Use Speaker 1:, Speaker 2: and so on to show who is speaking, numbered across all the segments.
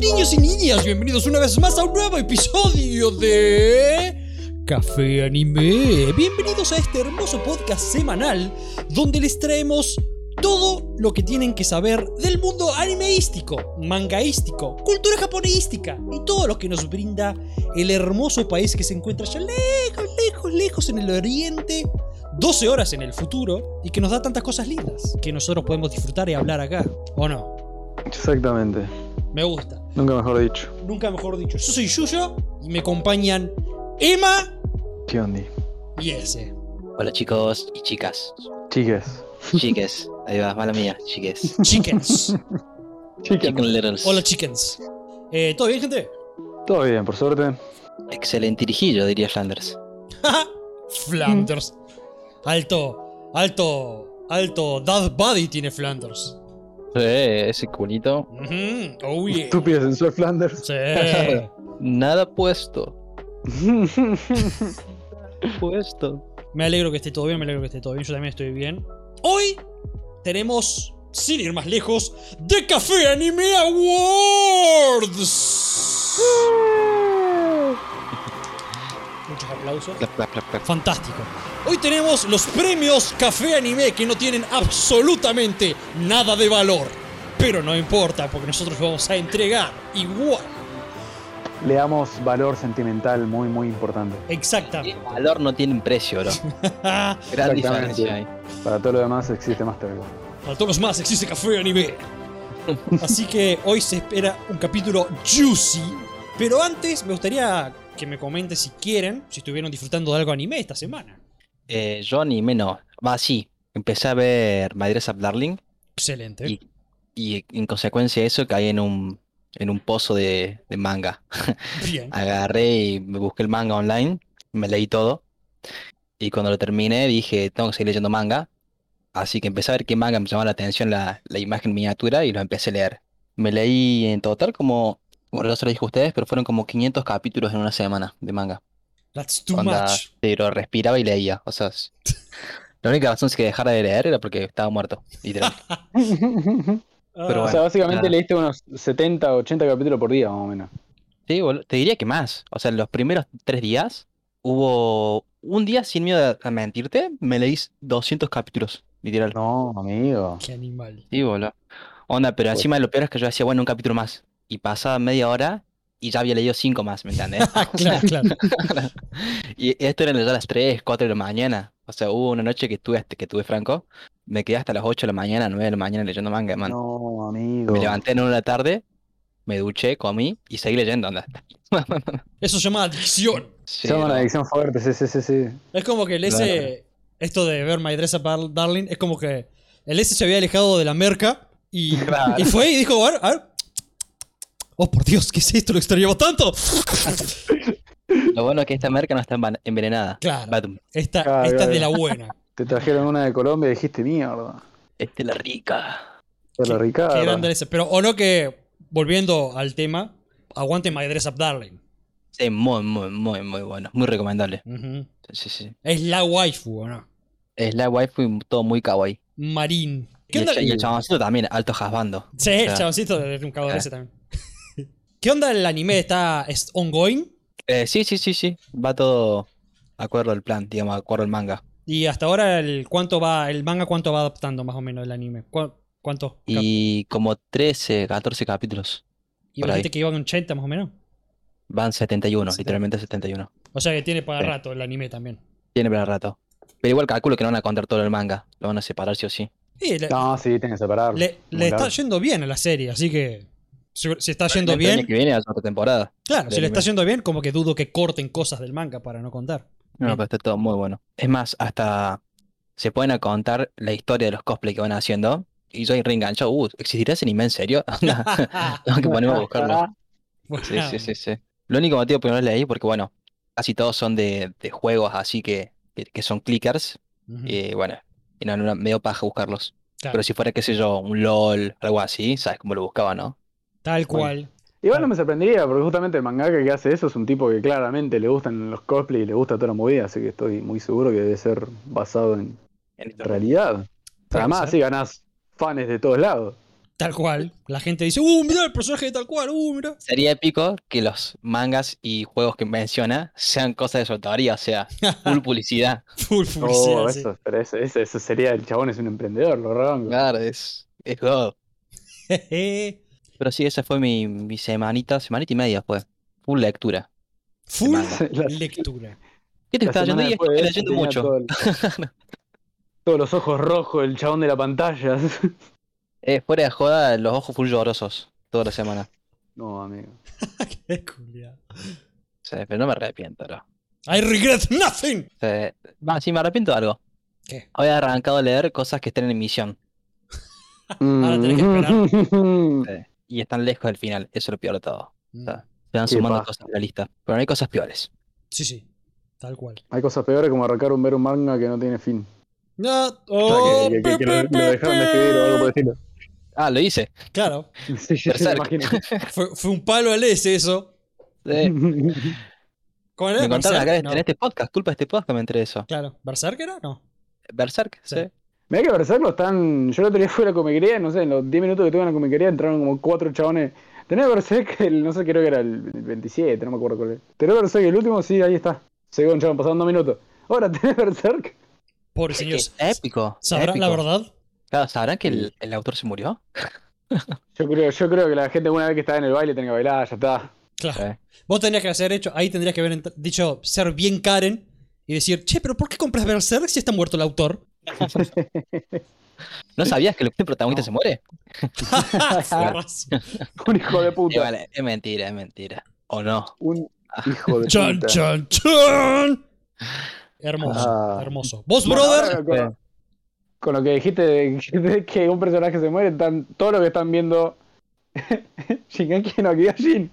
Speaker 1: niñas, bienvenidos una vez más a un nuevo episodio de... Café Anime. Bienvenidos a este hermoso podcast semanal donde les traemos todo lo que tienen que saber del mundo animeístico, mangaístico, cultura japoneística y todo lo que nos brinda el hermoso país que se encuentra allá lejos, lejos, lejos en el oriente, 12 horas en el futuro y que nos da tantas cosas lindas que nosotros podemos disfrutar y hablar acá, ¿o no?
Speaker 2: Exactamente.
Speaker 1: Me gusta.
Speaker 2: Nunca mejor dicho.
Speaker 1: Nunca mejor dicho. Yo soy Yuyo y me acompañan Emma
Speaker 2: Kiondi.
Speaker 1: y ese.
Speaker 3: Hola chicos y chicas.
Speaker 2: Chicas.
Speaker 3: Chiques. Ahí va, mala mía, chiques.
Speaker 1: Chickens.
Speaker 3: Chicken Littles.
Speaker 1: Hola, chickens. Eh, ¿Todo bien, gente?
Speaker 2: Todo bien, por suerte.
Speaker 3: Excelentirijillo, diría Flanders.
Speaker 1: Flanders. Alto, alto, alto. Dad Buddy tiene Flanders.
Speaker 4: Sí, Eh, ese culito.
Speaker 1: Ujú, Oh yeah.
Speaker 2: Estúpido sensual Flanders.
Speaker 1: Sí.
Speaker 4: Nada puesto. Puesto.
Speaker 1: Me alegro que esté todo bien, me alegro que esté todo bien. Yo también estoy bien. Hoy tenemos, sin ir más lejos, The Café Anime Awards. Muchos aplausos.
Speaker 3: Clap, clap, clap, clap.
Speaker 1: Fantástico. Hoy tenemos los premios Café Anime que no tienen absolutamente nada de valor. Pero no importa, porque nosotros los vamos a entregar igual.
Speaker 2: Le damos valor sentimental muy, muy importante.
Speaker 1: Exactamente.
Speaker 3: Valor no tiene precio, bro.
Speaker 1: Ah,
Speaker 3: Gran
Speaker 2: Exactamente.
Speaker 3: diferencia ahí.
Speaker 2: Para todo lo demás existe Master Go.
Speaker 1: Para todos los más existe Café Anime. Así que hoy se espera un capítulo juicy. Pero antes me gustaría que me comenten si quieren, si estuvieron disfrutando de algo anime esta semana.
Speaker 3: Eh, yo anime no. Va, sí. Empecé a ver My Dress Up Darling
Speaker 1: Excelente.
Speaker 3: y, y en consecuencia de eso caí en un, en un pozo de, de manga.
Speaker 1: Bien.
Speaker 3: ah, Agarré y me busqué el manga online, me leí todo. Y cuando lo terminé dije, tengo que seguir leyendo manga. Así que empecé a ver qué manga me llamaba la atención la, la imagen miniatura y lo empecé a leer. Me leí en total como, bueno, no se lo dije a ustedes, pero fueron como 500 capítulos en una semana de manga.
Speaker 1: That's too
Speaker 3: Onda,
Speaker 1: much.
Speaker 3: pero respiraba y leía. O sea, s- la única razón que dejara de leer era porque estaba muerto, literal.
Speaker 1: Ah,
Speaker 2: o
Speaker 3: Pero bueno,
Speaker 2: sea, básicamente
Speaker 3: nada.
Speaker 2: leíste unos 70, 80 capítulos por día, más o menos.
Speaker 3: Sí, boludo, te diría que más. O sea, los primeros tres días hubo un día sin miedo a mentirte, me leí 200 capítulos, literal.
Speaker 2: No, amigo.
Speaker 1: Qué animal.
Speaker 3: Sí, boludo. Onda, pero
Speaker 2: Pues-
Speaker 3: encima lo peor es que yo decía, bueno, un capítulo más. Y pasaba media hora y ya había leído cinco más, ¿me entiendes?
Speaker 1: Ah, claro, claro.
Speaker 3: Y esto era ya las 3, 4 de la mañana. O sea, hubo una noche que estuve, que tuve franco, me quedé hasta las 8 de la mañana, 9 de la mañana leyendo manga, man.
Speaker 2: No, amigo.
Speaker 3: Me levanté en una de la tarde, me duché, comí y seguí leyendo, onda.
Speaker 1: Eso se llama adicción.
Speaker 2: Se
Speaker 3: Sí,
Speaker 2: llama una
Speaker 3: no.
Speaker 2: adicción fuerte, sí, sí, sí, sí.
Speaker 1: Es como que el S, esto de ver My Dress Up Dar- Darling, es como que el S se había alejado de la merca y,
Speaker 3: Claro.
Speaker 1: y fue y dijo, a ver, a ver. Oh, por Dios, ¿qué es esto? ¿Lo extrañaba tanto?
Speaker 3: Lo bueno es que esta marca no está envan- envenenada.
Speaker 1: Claro,
Speaker 3: Batum.
Speaker 1: esta,
Speaker 2: Claro,
Speaker 1: esta es
Speaker 2: claro.
Speaker 1: de la buena.
Speaker 2: Te trajeron una de Colombia y dijiste mierda.
Speaker 3: Esta es la rica.
Speaker 2: Pero
Speaker 1: Qué-
Speaker 2: Ricardo.
Speaker 1: Qué grande ese. Pero, o no que, volviendo al tema, aguante My Dress Up Darling.
Speaker 3: Sí, muy, muy, muy, muy bueno. Muy recomendable.
Speaker 1: Ujú.
Speaker 3: Sí, sí.
Speaker 1: Es la waifu, ¿o no?
Speaker 3: Es la waifu y todo muy kawaii.
Speaker 1: Marín.
Speaker 3: Y
Speaker 1: ¿Qué
Speaker 3: el,
Speaker 1: onda?
Speaker 3: cha- y el chaboncito también, alto jasbando.
Speaker 1: Sí,
Speaker 3: O sea,
Speaker 1: chaboncito, es un cabrón
Speaker 3: Ah.
Speaker 1: ese también. ¿Qué onda el anime? ¿Está es ongoing?
Speaker 3: eh, sí, sí, sí, sí. Va todo acuerdo al plan, digamos, acuerdo al manga.
Speaker 1: Y hasta ahora el cuánto va el manga cuánto va adaptando más o menos el anime. ¿Cu- ¿Cuánto?
Speaker 3: Y como 13, 14 capítulos.
Speaker 1: y
Speaker 3: por
Speaker 1: vos
Speaker 3: ahí.
Speaker 1: dijiste que iban 80 más o menos.
Speaker 3: Van 71,
Speaker 1: Sí.
Speaker 3: literalmente 71.
Speaker 1: O sea que tiene para
Speaker 3: Sí.
Speaker 1: rato el anime también.
Speaker 3: Tiene para rato. Pero igual calculo que no van a contar todo el manga. Lo van a separar sí o sí.
Speaker 1: Y le,
Speaker 2: No, sí, tienes que separarlo.
Speaker 1: le- le
Speaker 2: Muy
Speaker 1: está
Speaker 2: largo.
Speaker 1: yendo bien a la serie, así que si, si está yendo
Speaker 3: El año
Speaker 1: bien,
Speaker 3: que viene es otra temporada.
Speaker 1: claro, si
Speaker 3: del
Speaker 1: le está
Speaker 3: anime.
Speaker 1: yendo bien, como que dudo que corten cosas del manga para no contar.
Speaker 3: No,
Speaker 1: Bien.
Speaker 3: pero está todo muy bueno. Es más, hasta se pueden a contar la historia de los cosplay que van haciendo. Y yo ahí reenganchado, uh, ¿existirá ese anime en serio? Onda, Tengo que ponerme a buscarlo.
Speaker 1: Bueno,
Speaker 3: Sí, sí, sí, sí. Lo único motivo por no leí, porque bueno, casi todos son de, de juegos así que, que, que son clickers.
Speaker 2: Mm.
Speaker 1: ujú,
Speaker 3: Y bueno, y no, no, medio paja buscarlos.
Speaker 1: claro,
Speaker 3: Pero si fuera, qué sé yo, un LOL, algo así, ¿sabes cómo lo buscaba, no?
Speaker 1: tal cual.
Speaker 2: Igual no me sorprendería, porque justamente el mangaka que hace eso es un tipo que claramente le gustan los cosplays y le gusta toda la movida, así que estoy muy seguro que debe ser basado en realidad.
Speaker 1: Puede
Speaker 2: Además,
Speaker 1: ser.
Speaker 2: así ganás fans de todos lados.
Speaker 1: Tal cual. La gente dice, uh, mirá el personaje de tal cual, uh, mirá.
Speaker 3: Sería épico que los mangas y juegos que menciona sean cosas de su autoría, o sea, full publicidad.
Speaker 1: Full publicidad,
Speaker 2: Oh,
Speaker 1: sí.
Speaker 2: eso, pero eso, eso- eso sería el chabón es un emprendedor, lo rebanco.
Speaker 3: Claro, es, es God. Pero sí, esa fue mi, mi semanita, semanita y media fue. Full lectura.
Speaker 1: Full
Speaker 2: La-
Speaker 1: lectura.
Speaker 3: ¿Qué te
Speaker 2: la
Speaker 3: está leyendo?
Speaker 2: semana
Speaker 3: Y
Speaker 2: después
Speaker 3: estoy
Speaker 2: de eso
Speaker 3: leyendo
Speaker 2: tenía
Speaker 3: mucho.
Speaker 2: todo el- todos los ojos rojos, el chabón de la pantalla.
Speaker 3: Eh, fuera de joda, los ojos full llorosos toda la semana.
Speaker 2: no, amigo.
Speaker 1: Qué culiao.
Speaker 3: O sea, pero no me arrepiento, ¿no?
Speaker 1: I regret nothing.
Speaker 3: O sea, va, sí, me arrepiento de algo.
Speaker 1: ¿Qué?
Speaker 3: Había arrancado a leer cosas que están en emisión
Speaker 1: Ahora tenés
Speaker 2: Mm.
Speaker 1: que
Speaker 3: y están lejos del final. Eso es lo peor de todo.
Speaker 1: Mm.
Speaker 3: Ah. Se van
Speaker 2: Qué
Speaker 3: sumando
Speaker 2: paja.
Speaker 3: cosas a la lista. Pero no hay cosas peores.
Speaker 1: Sí, sí. Tal cual.
Speaker 2: Hay cosas peores como arrancar un ver un manga que no tiene fin.
Speaker 1: No. Oh,
Speaker 2: que, que- que
Speaker 1: pe,
Speaker 2: lo,
Speaker 1: pe,
Speaker 2: lo dejaron de escribir o algo por el estilo.
Speaker 3: Ah, lo hice.
Speaker 1: pe. Claro.
Speaker 2: Sí, sí, sí,
Speaker 3: Berserk.
Speaker 2: imagino.
Speaker 1: Fue, fue un palo al S eso.
Speaker 3: Eh,
Speaker 1: ¿Cómo era?
Speaker 3: me contaron acá
Speaker 1: Berserk,
Speaker 3: en
Speaker 1: no.
Speaker 3: en este podcast. Culpa de este podcast me enteré de eso.
Speaker 1: Claro. ¿Berserk era? No.
Speaker 3: Berserk, sí.
Speaker 1: Sí.
Speaker 2: Mirá que Berserk lo están. Yo el otro día fui a la comiquería, no sé, en los 10 minutos que estuve en la comiquería entraron como cuatro chabones. Tenés Berserk, el, no sé, creo que era el 27, no me acuerdo cuál era. Tenés Berserk, el último, sí, ahí está. Llegó un chabón, pasaron dos minutos. Ahora tenés Berserk.
Speaker 1: Pobre
Speaker 3: Es que
Speaker 1: señor.
Speaker 3: es épico.
Speaker 1: ¿Sabrán la
Speaker 3: épico.
Speaker 1: verdad?
Speaker 3: Claro, ¿sabrán que el, el autor se murió?
Speaker 2: Yo creo, yo creo que la gente una vez que está en el baile tiene que bailar, ya está.
Speaker 1: Claro.
Speaker 3: Sí.
Speaker 1: Vos tendrías que haber hecho, ahí tendrías que haber ent- dicho, ser bien Karen y decir, che, pero ¿por qué compras Berserk si está muerto el autor?
Speaker 3: ¿No sabías que el protagonista
Speaker 1: No.
Speaker 3: se muere?
Speaker 1: Forrazo.
Speaker 2: Un hijo de
Speaker 3: Eh,
Speaker 2: puta.
Speaker 3: vale, es mentira, es mentira. ¿O no?
Speaker 2: Un hijo de
Speaker 1: chan,
Speaker 2: puta.
Speaker 1: chan, chan. Hermoso,
Speaker 2: Ah.
Speaker 1: hermoso. Vos,
Speaker 2: Bueno,
Speaker 1: brother,
Speaker 2: ahora con, con lo que dijiste de, de que un personaje se muere, están, todo lo que están viendo Shingeki no Kyojin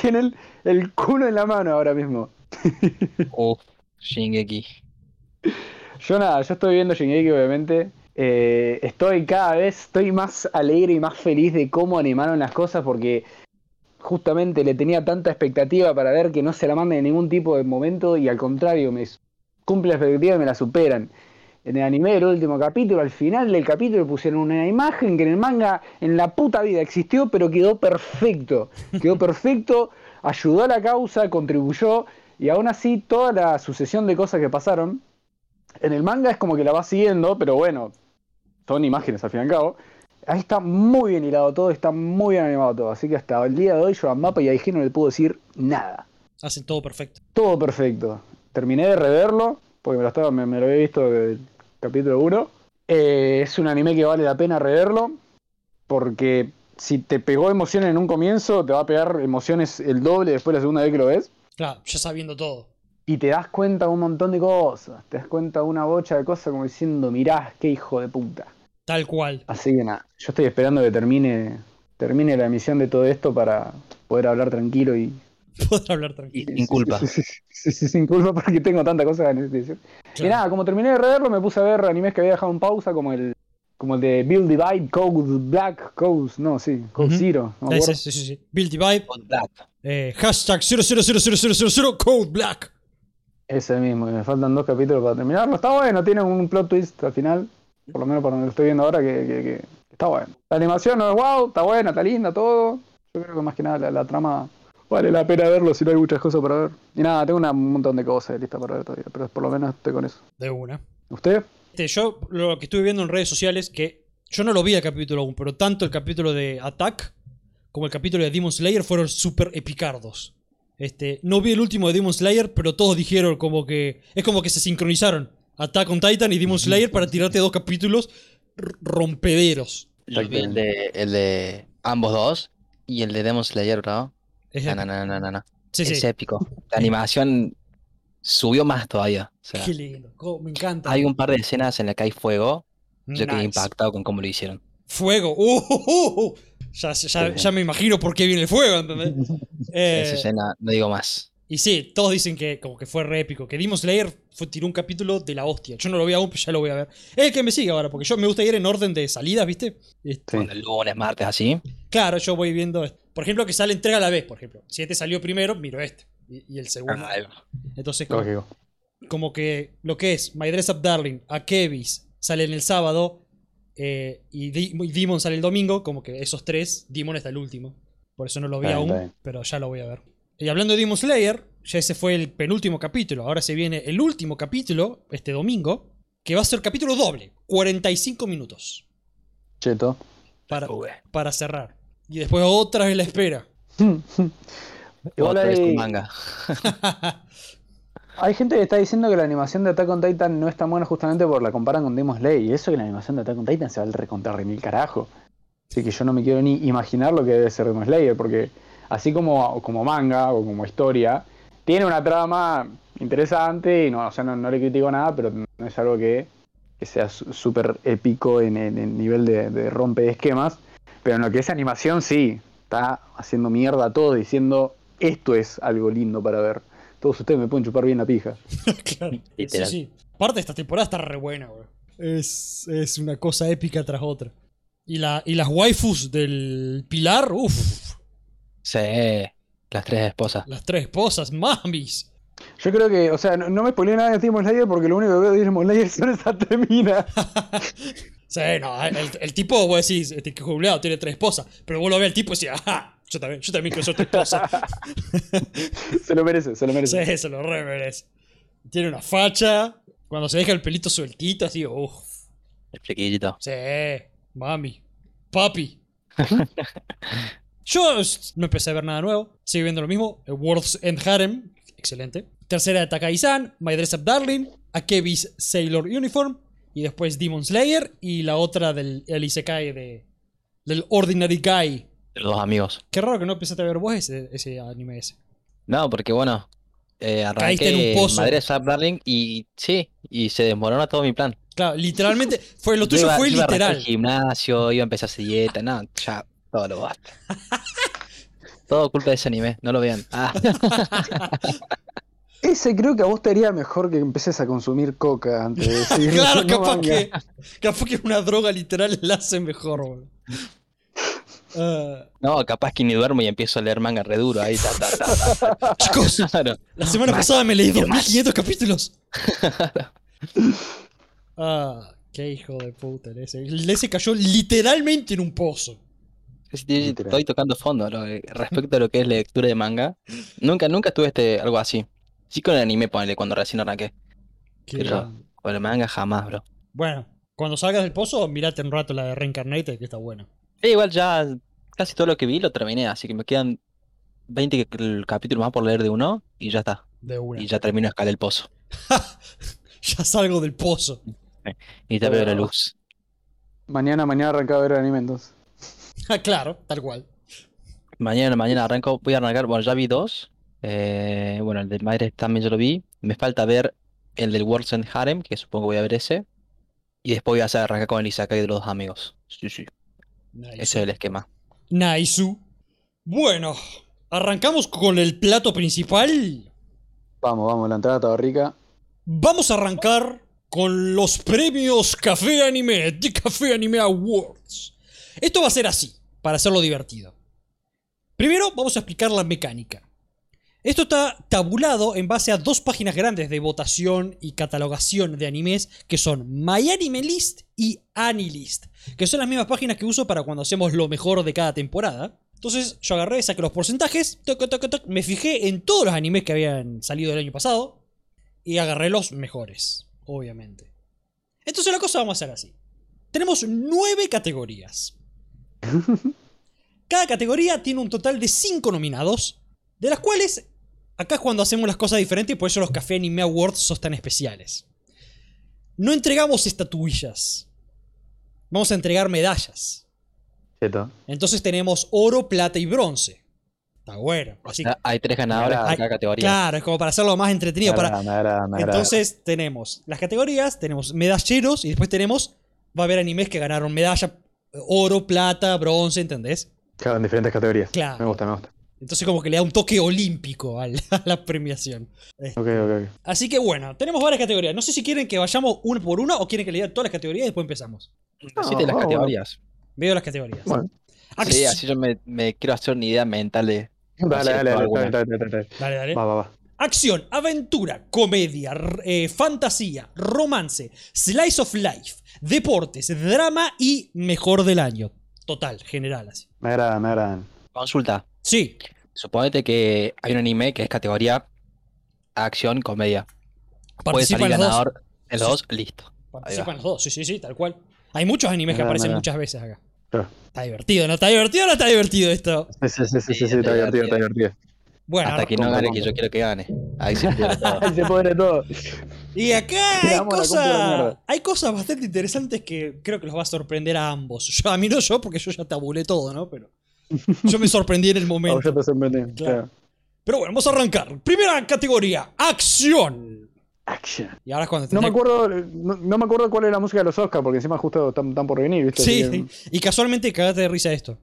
Speaker 2: tienen el culo en la mano ahora mismo.
Speaker 3: Uf, Shingeki.
Speaker 2: Yo nada, yo estoy viendo Shingeki obviamente. Eh, estoy cada vez, estoy más alegre y más feliz de cómo animaron las cosas porque justamente le tenía tanta expectativa para ver que no se la manden en ningún tipo de momento y al contrario, me su- cumple la expectativa y me la superan. En el anime del último capítulo, al final del capítulo pusieron una imagen que en el manga en la puta vida existió, pero quedó perfecto. Quedó perfecto, ayudó a la causa, contribuyó y aún así toda la sucesión de cosas que pasaron en el manga es como que la va siguiendo, pero bueno, son imágenes al fin y al cabo. Ahí está muy bien hilado todo, está muy bien animado todo. Así que hasta el día de hoy yo a Mapa y a IG no le puedo decir nada.
Speaker 1: hacen todo perfecto.
Speaker 2: Todo perfecto. Terminé de reverlo, porque me lo, estaba, me, me lo había visto el capítulo 1. Eh, es un anime que vale la pena reverlo, porque si te pegó emociones en un comienzo, te va a pegar emociones el doble después de la segunda vez que lo ves.
Speaker 1: Claro, ya sabiendo todo.
Speaker 2: Y te das cuenta de un montón de cosas. Te das cuenta de una bocha de cosas como diciendo, mirá, qué hijo de puta.
Speaker 1: Tal cual.
Speaker 2: Así que nada, yo estoy esperando que termine, termine la emisión de todo esto para poder hablar tranquilo y...
Speaker 1: Poder hablar tranquilo.
Speaker 3: Y sin culpa.
Speaker 2: Sí, sí, sí, sin culpa porque tengo tantas cosas que necesito decir. Y
Speaker 1: Claro.
Speaker 2: nada, como terminé de reverlo, me puse a ver animes que había dejado en pausa, como el como el de Build Divide, Code Black, Code, no, sí, Code
Speaker 1: Ujú.
Speaker 2: Zero. no me
Speaker 1: Sí,
Speaker 2: acuerdo.
Speaker 1: sí, sí, sí, sí. Build the Vibe.
Speaker 3: Con Black.
Speaker 1: eh, hashtag 000000 Code Black.
Speaker 2: Ese mismo, y me faltan dos capítulos para terminarlo. Está bueno, tiene un plot twist al final, por lo menos para donde lo estoy viendo ahora, que, que- que está bueno. La animación no es wow, está buena, está linda, todo. Yo creo que más que nada la, la trama vale la pena verlo si no hay muchas cosas para ver. Y nada, tengo una- un montón de cosas listas para ver todavía, pero por lo menos estoy con eso.
Speaker 1: De una.
Speaker 2: ¿Usted?
Speaker 1: Este, yo lo que estuve viendo en redes sociales, que yo no lo vi el capítulo aún, pero tanto el capítulo de Attack como el capítulo de Demon Slayer fueron súper epicardos. Este, no vi el último de Demon Slayer, pero todos dijeron como que. Es como que se sincronizaron. Attack on Titan y Demon Slayer para tirarte dos capítulos r- rompederos.
Speaker 3: Yo vi el
Speaker 2: Exactamente.
Speaker 3: de, el de ambos dos y el de Demon Slayer, bro.
Speaker 1: Es-
Speaker 3: No, no, no, no, no, no.
Speaker 1: sí,
Speaker 3: Es
Speaker 1: sí.
Speaker 3: épico. La animación subió más todavía. O sea,
Speaker 1: Qué lindo. cómo- me encanta.
Speaker 3: hay un par de escenas en las que hay fuego. Yo quedé
Speaker 1: Nice.
Speaker 3: impactado con cómo lo hicieron.
Speaker 1: Fuego. Uh, uh, uh. Ya, ya- ya me imagino por qué viene el fuego, ¿entendés? Eh,
Speaker 3: Esa escena, no digo más.
Speaker 1: Y sí, todos dicen que como que fue re épico. Que Demon Slayer fue, tiró un capítulo de la hostia. Yo no lo vi aún, pero ya lo voy a ver. Es el que me sigue ahora, porque yo me gusta ir en orden de salidas, ¿viste? Este,
Speaker 2: Sí.
Speaker 3: Cuando el lunes, martes, así.
Speaker 1: Claro, yo voy viendo. Por ejemplo, que salen tres a la vez, por ejemplo. Si este salió primero, miro este. Y, y el segundo.
Speaker 3: Ah, eh.
Speaker 1: Entonces, como,
Speaker 2: Lógico.
Speaker 1: como que lo que es My Dress Up Darling, Akebis, salen el sábado. eh, y, Di- y Demon sale el domingo, como que esos tres, Demon está el último. Por eso no lo vi
Speaker 2: Está bien,
Speaker 1: aún,
Speaker 2: está bien.
Speaker 1: pero ya lo voy a ver. Y hablando de Demon Slayer, ya ese fue el penúltimo capítulo. Ahora se viene el último capítulo, este domingo, que va a ser capítulo doble, 45 minutos,
Speaker 2: Cheto.
Speaker 1: para,
Speaker 3: Ué.
Speaker 1: para cerrar. Y después otra vez la espera.
Speaker 2: Igual
Speaker 3: Otra vez
Speaker 2: hay,
Speaker 3: con manga.
Speaker 2: hay gente que está diciendo que la animación de Attack on Titan no es tan buena justamente por la comparan con Demon Slayer. Y eso que la animación de Attack on Titan se va al recontar mil carajo. Así que yo no me quiero ni imaginar lo que debe ser Demon Slayer, porque así como, como manga o como historia, tiene una trama interesante y no, o sea, no, no le critico nada, pero no es algo que, que sea su- súper épico en, en- en nivel de, de rompe de esquemas. Pero en lo que es animación, sí, está haciendo mierda todo, diciendo esto es algo lindo para ver. Todos ustedes me pueden chupar bien la pija.
Speaker 1: Claro. Sí,
Speaker 3: Literal.
Speaker 1: sí. Parte de esta temporada está re buena, güey. Es, es una cosa épica tras otra. Y, la, y las waifus del pilar, uff,
Speaker 3: Sí, las tres esposas.
Speaker 1: las tres esposas, mamis.
Speaker 2: Yo creo que, o sea, no, no me spoilé nada de Demon Slayer porque lo único que veo de Demon Slayer son esas teminas.
Speaker 1: Sí, no, el, el tipo, vos decís, este que jubilado tiene tres esposas, pero vos lo ves al tipo y decís, ajá, yo también, yo también quiero ser tu esposa.
Speaker 2: se lo merece, se lo merece.
Speaker 1: sí, se lo re merece. Tiene una facha, cuando se deja el pelito sueltito, así, uff,
Speaker 3: El flequillito.
Speaker 1: sí, mami, papi. yo s- no empecé a ver nada nuevo, sigo viendo lo mismo, eh, World's End Harem, excelente. Tercera de Takai-san, My Dress Up Darling, Akebi's Sailor Uniform, y después Demon Slayer, y la otra del el Isekai de, del Ordinary Guy.
Speaker 3: de Los dos amigos.
Speaker 1: Qué raro que no empezaste a ver vos ese, ese anime ese.
Speaker 3: No, porque bueno, eh,
Speaker 1: Caíste en un
Speaker 3: arranqué
Speaker 1: pozo.
Speaker 3: Madre Sap Darling y sí, y se desmoronó todo mi plan.
Speaker 1: Claro, literalmente, fue, lo
Speaker 3: Yo
Speaker 1: tuyo
Speaker 3: iba-
Speaker 1: fue
Speaker 3: yo iba a arrancar
Speaker 1: literal.
Speaker 3: el gimnasio, iba a empezar a hacer dieta, no, ya, todo lo basta. todo culpa de ese anime, no lo vean. Ah,
Speaker 2: Ese creo que a vos te haría mejor que empeces a consumir coca antes de seguir
Speaker 1: Claro,
Speaker 2: leyendo
Speaker 1: capaz
Speaker 2: manga.
Speaker 1: que, capaz que una droga literal la hace mejor, boludo. Ah,
Speaker 3: no, capaz que ni duermo y empiezo a leer manga re duro ahí. Ta, ta, ta, ta,
Speaker 1: chicos,
Speaker 3: claro.
Speaker 1: la semana pasada me leí 2500 capítulos. Ah, qué hijo de puta el ese. El ese cayó literalmente en un pozo.
Speaker 3: Estoy,
Speaker 2: Literal.
Speaker 3: estoy tocando fondo ¿no? Eh, respecto a lo que es lectura de manga. Nunca, nunca tuve este, algo así. Sí con el anime, ponele, cuando recién arranqué.
Speaker 1: Que-
Speaker 3: Pero- Con el manga jamás, bro.
Speaker 1: Bueno, cuando salgas del pozo, mirate un rato la de Reincarnated, que está buena.
Speaker 3: Eh, igual ya casi todo lo que vi lo terminé, así que me quedan 20 que- el capítulo más por leer de uno y ya está.
Speaker 1: De una.
Speaker 3: Y ya termino de escalar el pozo.
Speaker 1: ya salgo del pozo.
Speaker 3: Y ya veo la luz.
Speaker 2: Mañana, mañana arrancaba a ver anime entonces.
Speaker 1: Ah, claro, tal cual.
Speaker 3: Mañana, mañana arranco, voy a arrancar, bueno, ya vi dos. Eh, bueno, el de Maire también yo lo vi. Me falta ver el del World's End Harem, que supongo voy a ver ese. Y después voy a hacer- arrancar con el Isekai de los dos amigos. Sí, sí.
Speaker 1: Nice.
Speaker 3: Ese es el esquema.
Speaker 1: Naisu. Bueno, arrancamos con el plato principal.
Speaker 2: Vamos, vamos, la entrada estaba rica.
Speaker 1: Vamos a arrancar con los premios Café Anime, de Café Anime Awards. Esto va a ser así, para hacerlo divertido. Primero vamos a explicar la mecánica. Esto está tabulado en base a dos páginas grandes de votación y catalogación de animes que son MyAnimeList y AniList, que son las mismas páginas que uso para cuando hacemos lo mejor de cada temporada. Entonces yo agarré, saqué los porcentajes, toc, toc, toc, me fijé en todos los animes que habían salido el año pasado y agarré los mejores, obviamente. Entonces la cosa vamos a hacer así. Tenemos nueve categorías. Cada categoría tiene un total de cinco nominados, de las cuales acá es cuando hacemos las cosas diferentes y por eso los Café Anime Awards son tan especiales. No entregamos estatuillas. Vamos a entregar medallas.
Speaker 2: Cheto.
Speaker 1: Entonces tenemos oro, plata y bronce. Está bueno. Así que,
Speaker 3: Ya Ah, Hay tres ganadores por
Speaker 2: Ay,
Speaker 3: cada categoría.
Speaker 1: claro, es como para hacerlo más entretenido.
Speaker 2: Me
Speaker 1: Para,
Speaker 2: agrada, me agrada, me agrada.
Speaker 1: entonces tenemos las categorías, tenemos medalleros y después tenemos, va a haber animes que ganaron medalla, oro, plata, bronce, ¿entendés?
Speaker 2: Claro, en diferentes categorías.
Speaker 1: Claro.
Speaker 2: Me gusta, me gusta.
Speaker 1: Entonces como que le da un toque olímpico al- a la premiación.
Speaker 2: Ok, ok, ok.
Speaker 1: Así que bueno, tenemos varias categorías. No sé si quieren que vayamos una por una o quieren que le diga todas las categorías y después empezamos.
Speaker 3: Decite
Speaker 2: No,
Speaker 3: las
Speaker 2: bueno.
Speaker 3: categorías.
Speaker 1: Veo las categorías.
Speaker 2: Bueno.
Speaker 1: Ac-
Speaker 3: Sí, así yo me, me quiero hacer una idea mental de.
Speaker 2: Dale,
Speaker 3: Así
Speaker 2: dale,
Speaker 3: es,
Speaker 2: dale,
Speaker 3: alguna.
Speaker 2: dale, dale, dale, dale.
Speaker 1: Dale, dale.
Speaker 2: Va, va, va.
Speaker 1: Acción, aventura, comedia, r- eh, fantasía, romance, slice of life, deportes, drama y mejor del año. Total, general así.
Speaker 2: Me agradan, me agradan.
Speaker 3: Consulta.
Speaker 1: Sí,
Speaker 3: Suponete que hay un anime que es categoría acción, comedia. Puede
Speaker 1: participan
Speaker 3: salir
Speaker 1: los dos.
Speaker 3: ganador en los dos, listo. Ahí va.
Speaker 1: Participan los dos, sí, sí, sí, tal cual. Hay muchos animes que
Speaker 2: Nada,
Speaker 1: aparecen
Speaker 2: nada.
Speaker 1: muchas veces acá.
Speaker 2: Claro.
Speaker 1: Está divertido, ¿no? ¿Está divertido o no está divertido esto?
Speaker 2: Sí, sí, sí, sí, sí,
Speaker 3: Sí,
Speaker 2: está divertido, está divertido.
Speaker 1: Bueno,
Speaker 3: Hasta que
Speaker 2: Con-
Speaker 3: no gane, que
Speaker 2: con-
Speaker 3: yo quiero que gane. Ahí se pierde todo.
Speaker 2: Ay, se pudre todo.
Speaker 1: Y acá hay
Speaker 2: Tiramos la compra de
Speaker 1: cosas,
Speaker 2: mierda.
Speaker 1: hay cosas bastante interesantes que creo que los va a sorprender a ambos. Yo, a mí no yo, porque yo ya te abulé todo, ¿no? Pero yo me sorprendí en el
Speaker 2: A vos
Speaker 1: momento.
Speaker 2: ya te sorprendí.
Speaker 1: Claro.
Speaker 2: Claro.
Speaker 1: Pero bueno, vamos a arrancar. Primera categoría, acción.
Speaker 2: Action.
Speaker 1: Y ahora es cuando
Speaker 2: No me
Speaker 1: tendría-
Speaker 2: acuerdo, no, no me acuerdo cuál era la música de los Oscars, porque encima justo están, están por venir, ¿viste?
Speaker 1: Sí,
Speaker 2: Así que-
Speaker 1: sí. y casualmente cagate de risa esto.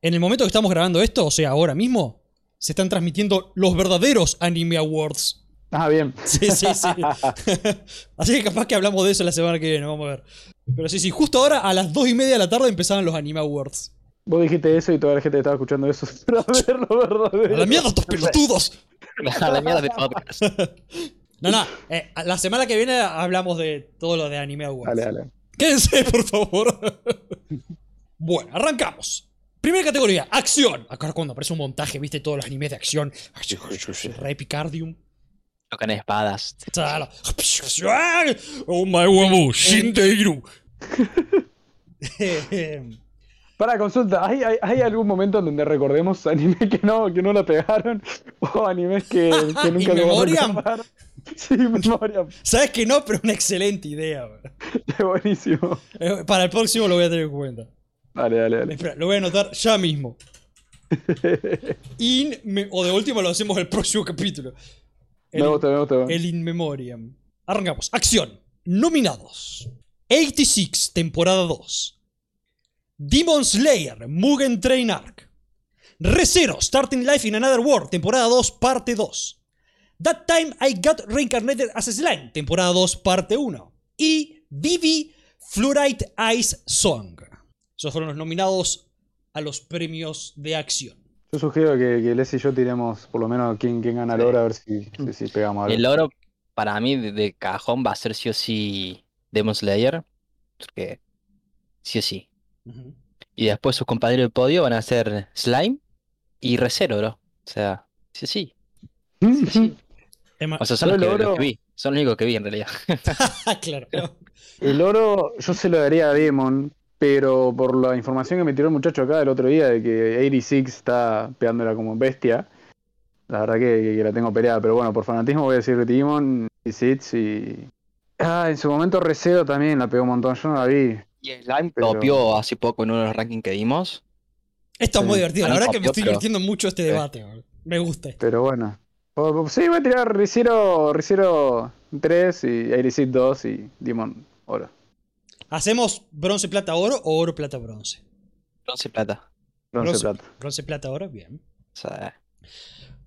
Speaker 1: En el momento que estamos grabando esto, o sea, ahora mismo, se están transmitiendo los verdaderos Anime Awards.
Speaker 2: Ah, bien.
Speaker 1: Sí, sí, sí. Así que capaz que hablamos de eso la semana que viene, vamos a ver. Pero sí, sí, justo ahora a las 2 y media de la tarde empezaban los Anime Awards.
Speaker 2: Vos dijiste eso y toda la gente estaba escuchando eso. Pero a ver lo
Speaker 1: ¡A la
Speaker 2: verdadero.
Speaker 1: mierda estos pelotudos!
Speaker 3: A la mierda de podcast.
Speaker 1: No, no, eh, la semana que viene hablamos de todo lo de Anime Awards.
Speaker 2: Dale, dale.
Speaker 1: Quédense, por favor. bueno, arrancamos. Primera categoría, acción. Acá cuando aparece un montaje, viste todos los animes de acción. Re Picardium.
Speaker 3: Tocan espadas.
Speaker 1: Tala. Oh my huevo, Shinteiru.
Speaker 2: Para consulta, ¿hay, hay, hay algún momento en donde recordemos anime que no, que no la pegaron? ¿O animes que, que nunca
Speaker 1: ¿In
Speaker 2: lo vamos a
Speaker 1: memoriam?
Speaker 2: recordar? Sí, in memoriam.
Speaker 1: Sabes que no, pero una excelente idea. bro.
Speaker 2: Qué buenísimo.
Speaker 1: Eh, Para el próximo lo voy a tener en cuenta.
Speaker 2: Dale, dale, dale.
Speaker 1: Espera, lo voy a anotar ya mismo. In me- o de último lo hacemos el próximo capítulo.
Speaker 2: Me gusta, me gusta.
Speaker 1: El In Memoriam. Arrancamos. Acción. Nominados. 86, temporada 2. Demon Slayer, Mugen Train Arc. Recero, Starting Life in Another World, temporada 2, parte 2. That Time I Got Reincarnated as a Slime, temporada 2, parte 1. Y Vivi Fluorite Ice Song. Esos fueron los nominados a los premios de acción.
Speaker 2: Yo sugiero que, que Les y yo tiremos por lo menos quién, quién gana el
Speaker 3: Sí.
Speaker 2: oro a ver si, si, si pegamos algo.
Speaker 3: El oro, para mí, de, de cajón va a ser sí o sí Demon Slayer. Porque sí o sí. Y después sus compañeros de podio van a ser Slime y Recero, bro. O sea, sí o sí. sí o sí.
Speaker 1: Emma-
Speaker 3: O sea, son
Speaker 2: Yo
Speaker 3: los
Speaker 2: el
Speaker 3: que, los
Speaker 2: oro-
Speaker 3: que vi. Son los únicos que vi en realidad.
Speaker 1: Ah, claro.
Speaker 2: El oro yo se lo daría a Demon, pero por la información que me tiró el muchacho acá el otro día de que 86 está pegándola como bestia, la verdad que, que- que la tengo peleada, pero bueno, por fanatismo voy a decir Demon, 86 y... Ah, en su momento Recero también la pegó un montón, yo no la vi.
Speaker 3: Y Slime
Speaker 2: Pero-
Speaker 3: copió hace poco en uno de los rankings que dimos.
Speaker 1: Está muy
Speaker 2: Sí. Ah,
Speaker 1: divertido. La
Speaker 3: A mí
Speaker 1: verdad que me
Speaker 3: tampoco,
Speaker 1: estoy
Speaker 3: pero-
Speaker 1: divirtiendo mucho este
Speaker 3: Sí.
Speaker 1: debate. bro. Me gusta esto.
Speaker 2: Pero bueno. O- o- Sí, voy a tirar Recero, Recero 3 y 86 2 y Demon oro.
Speaker 1: ¿Hacemos bronce, plata, oro o oro, plata, bronce?
Speaker 3: Bronce y plata.
Speaker 2: Bronce plata.
Speaker 1: Bronce, plata, oro, bien.
Speaker 3: O sea,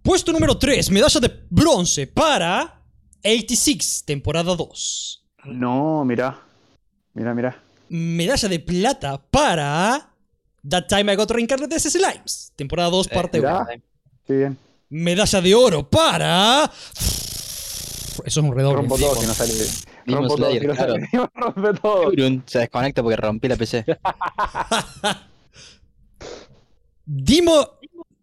Speaker 1: Puesto número 3, medalla de bronce para 86, temporada 2.
Speaker 2: No, mirá. Mirá, mirá.
Speaker 1: Medalla de plata para That Time I Got Reincarnated as Slimes, temporada 2,
Speaker 3: Eh,
Speaker 1: parte 1.
Speaker 2: mirá. Qué bien.
Speaker 1: Medalla de oro para... Eso es un redoble.
Speaker 2: Rompo todo si no sale.
Speaker 3: Demon
Speaker 2: Rompo todo
Speaker 3: Slayer,
Speaker 2: si no
Speaker 3: claro.
Speaker 2: sale. Rompe todo.
Speaker 3: Turun, Se desconecta porque rompí la PC.
Speaker 1: Dimo...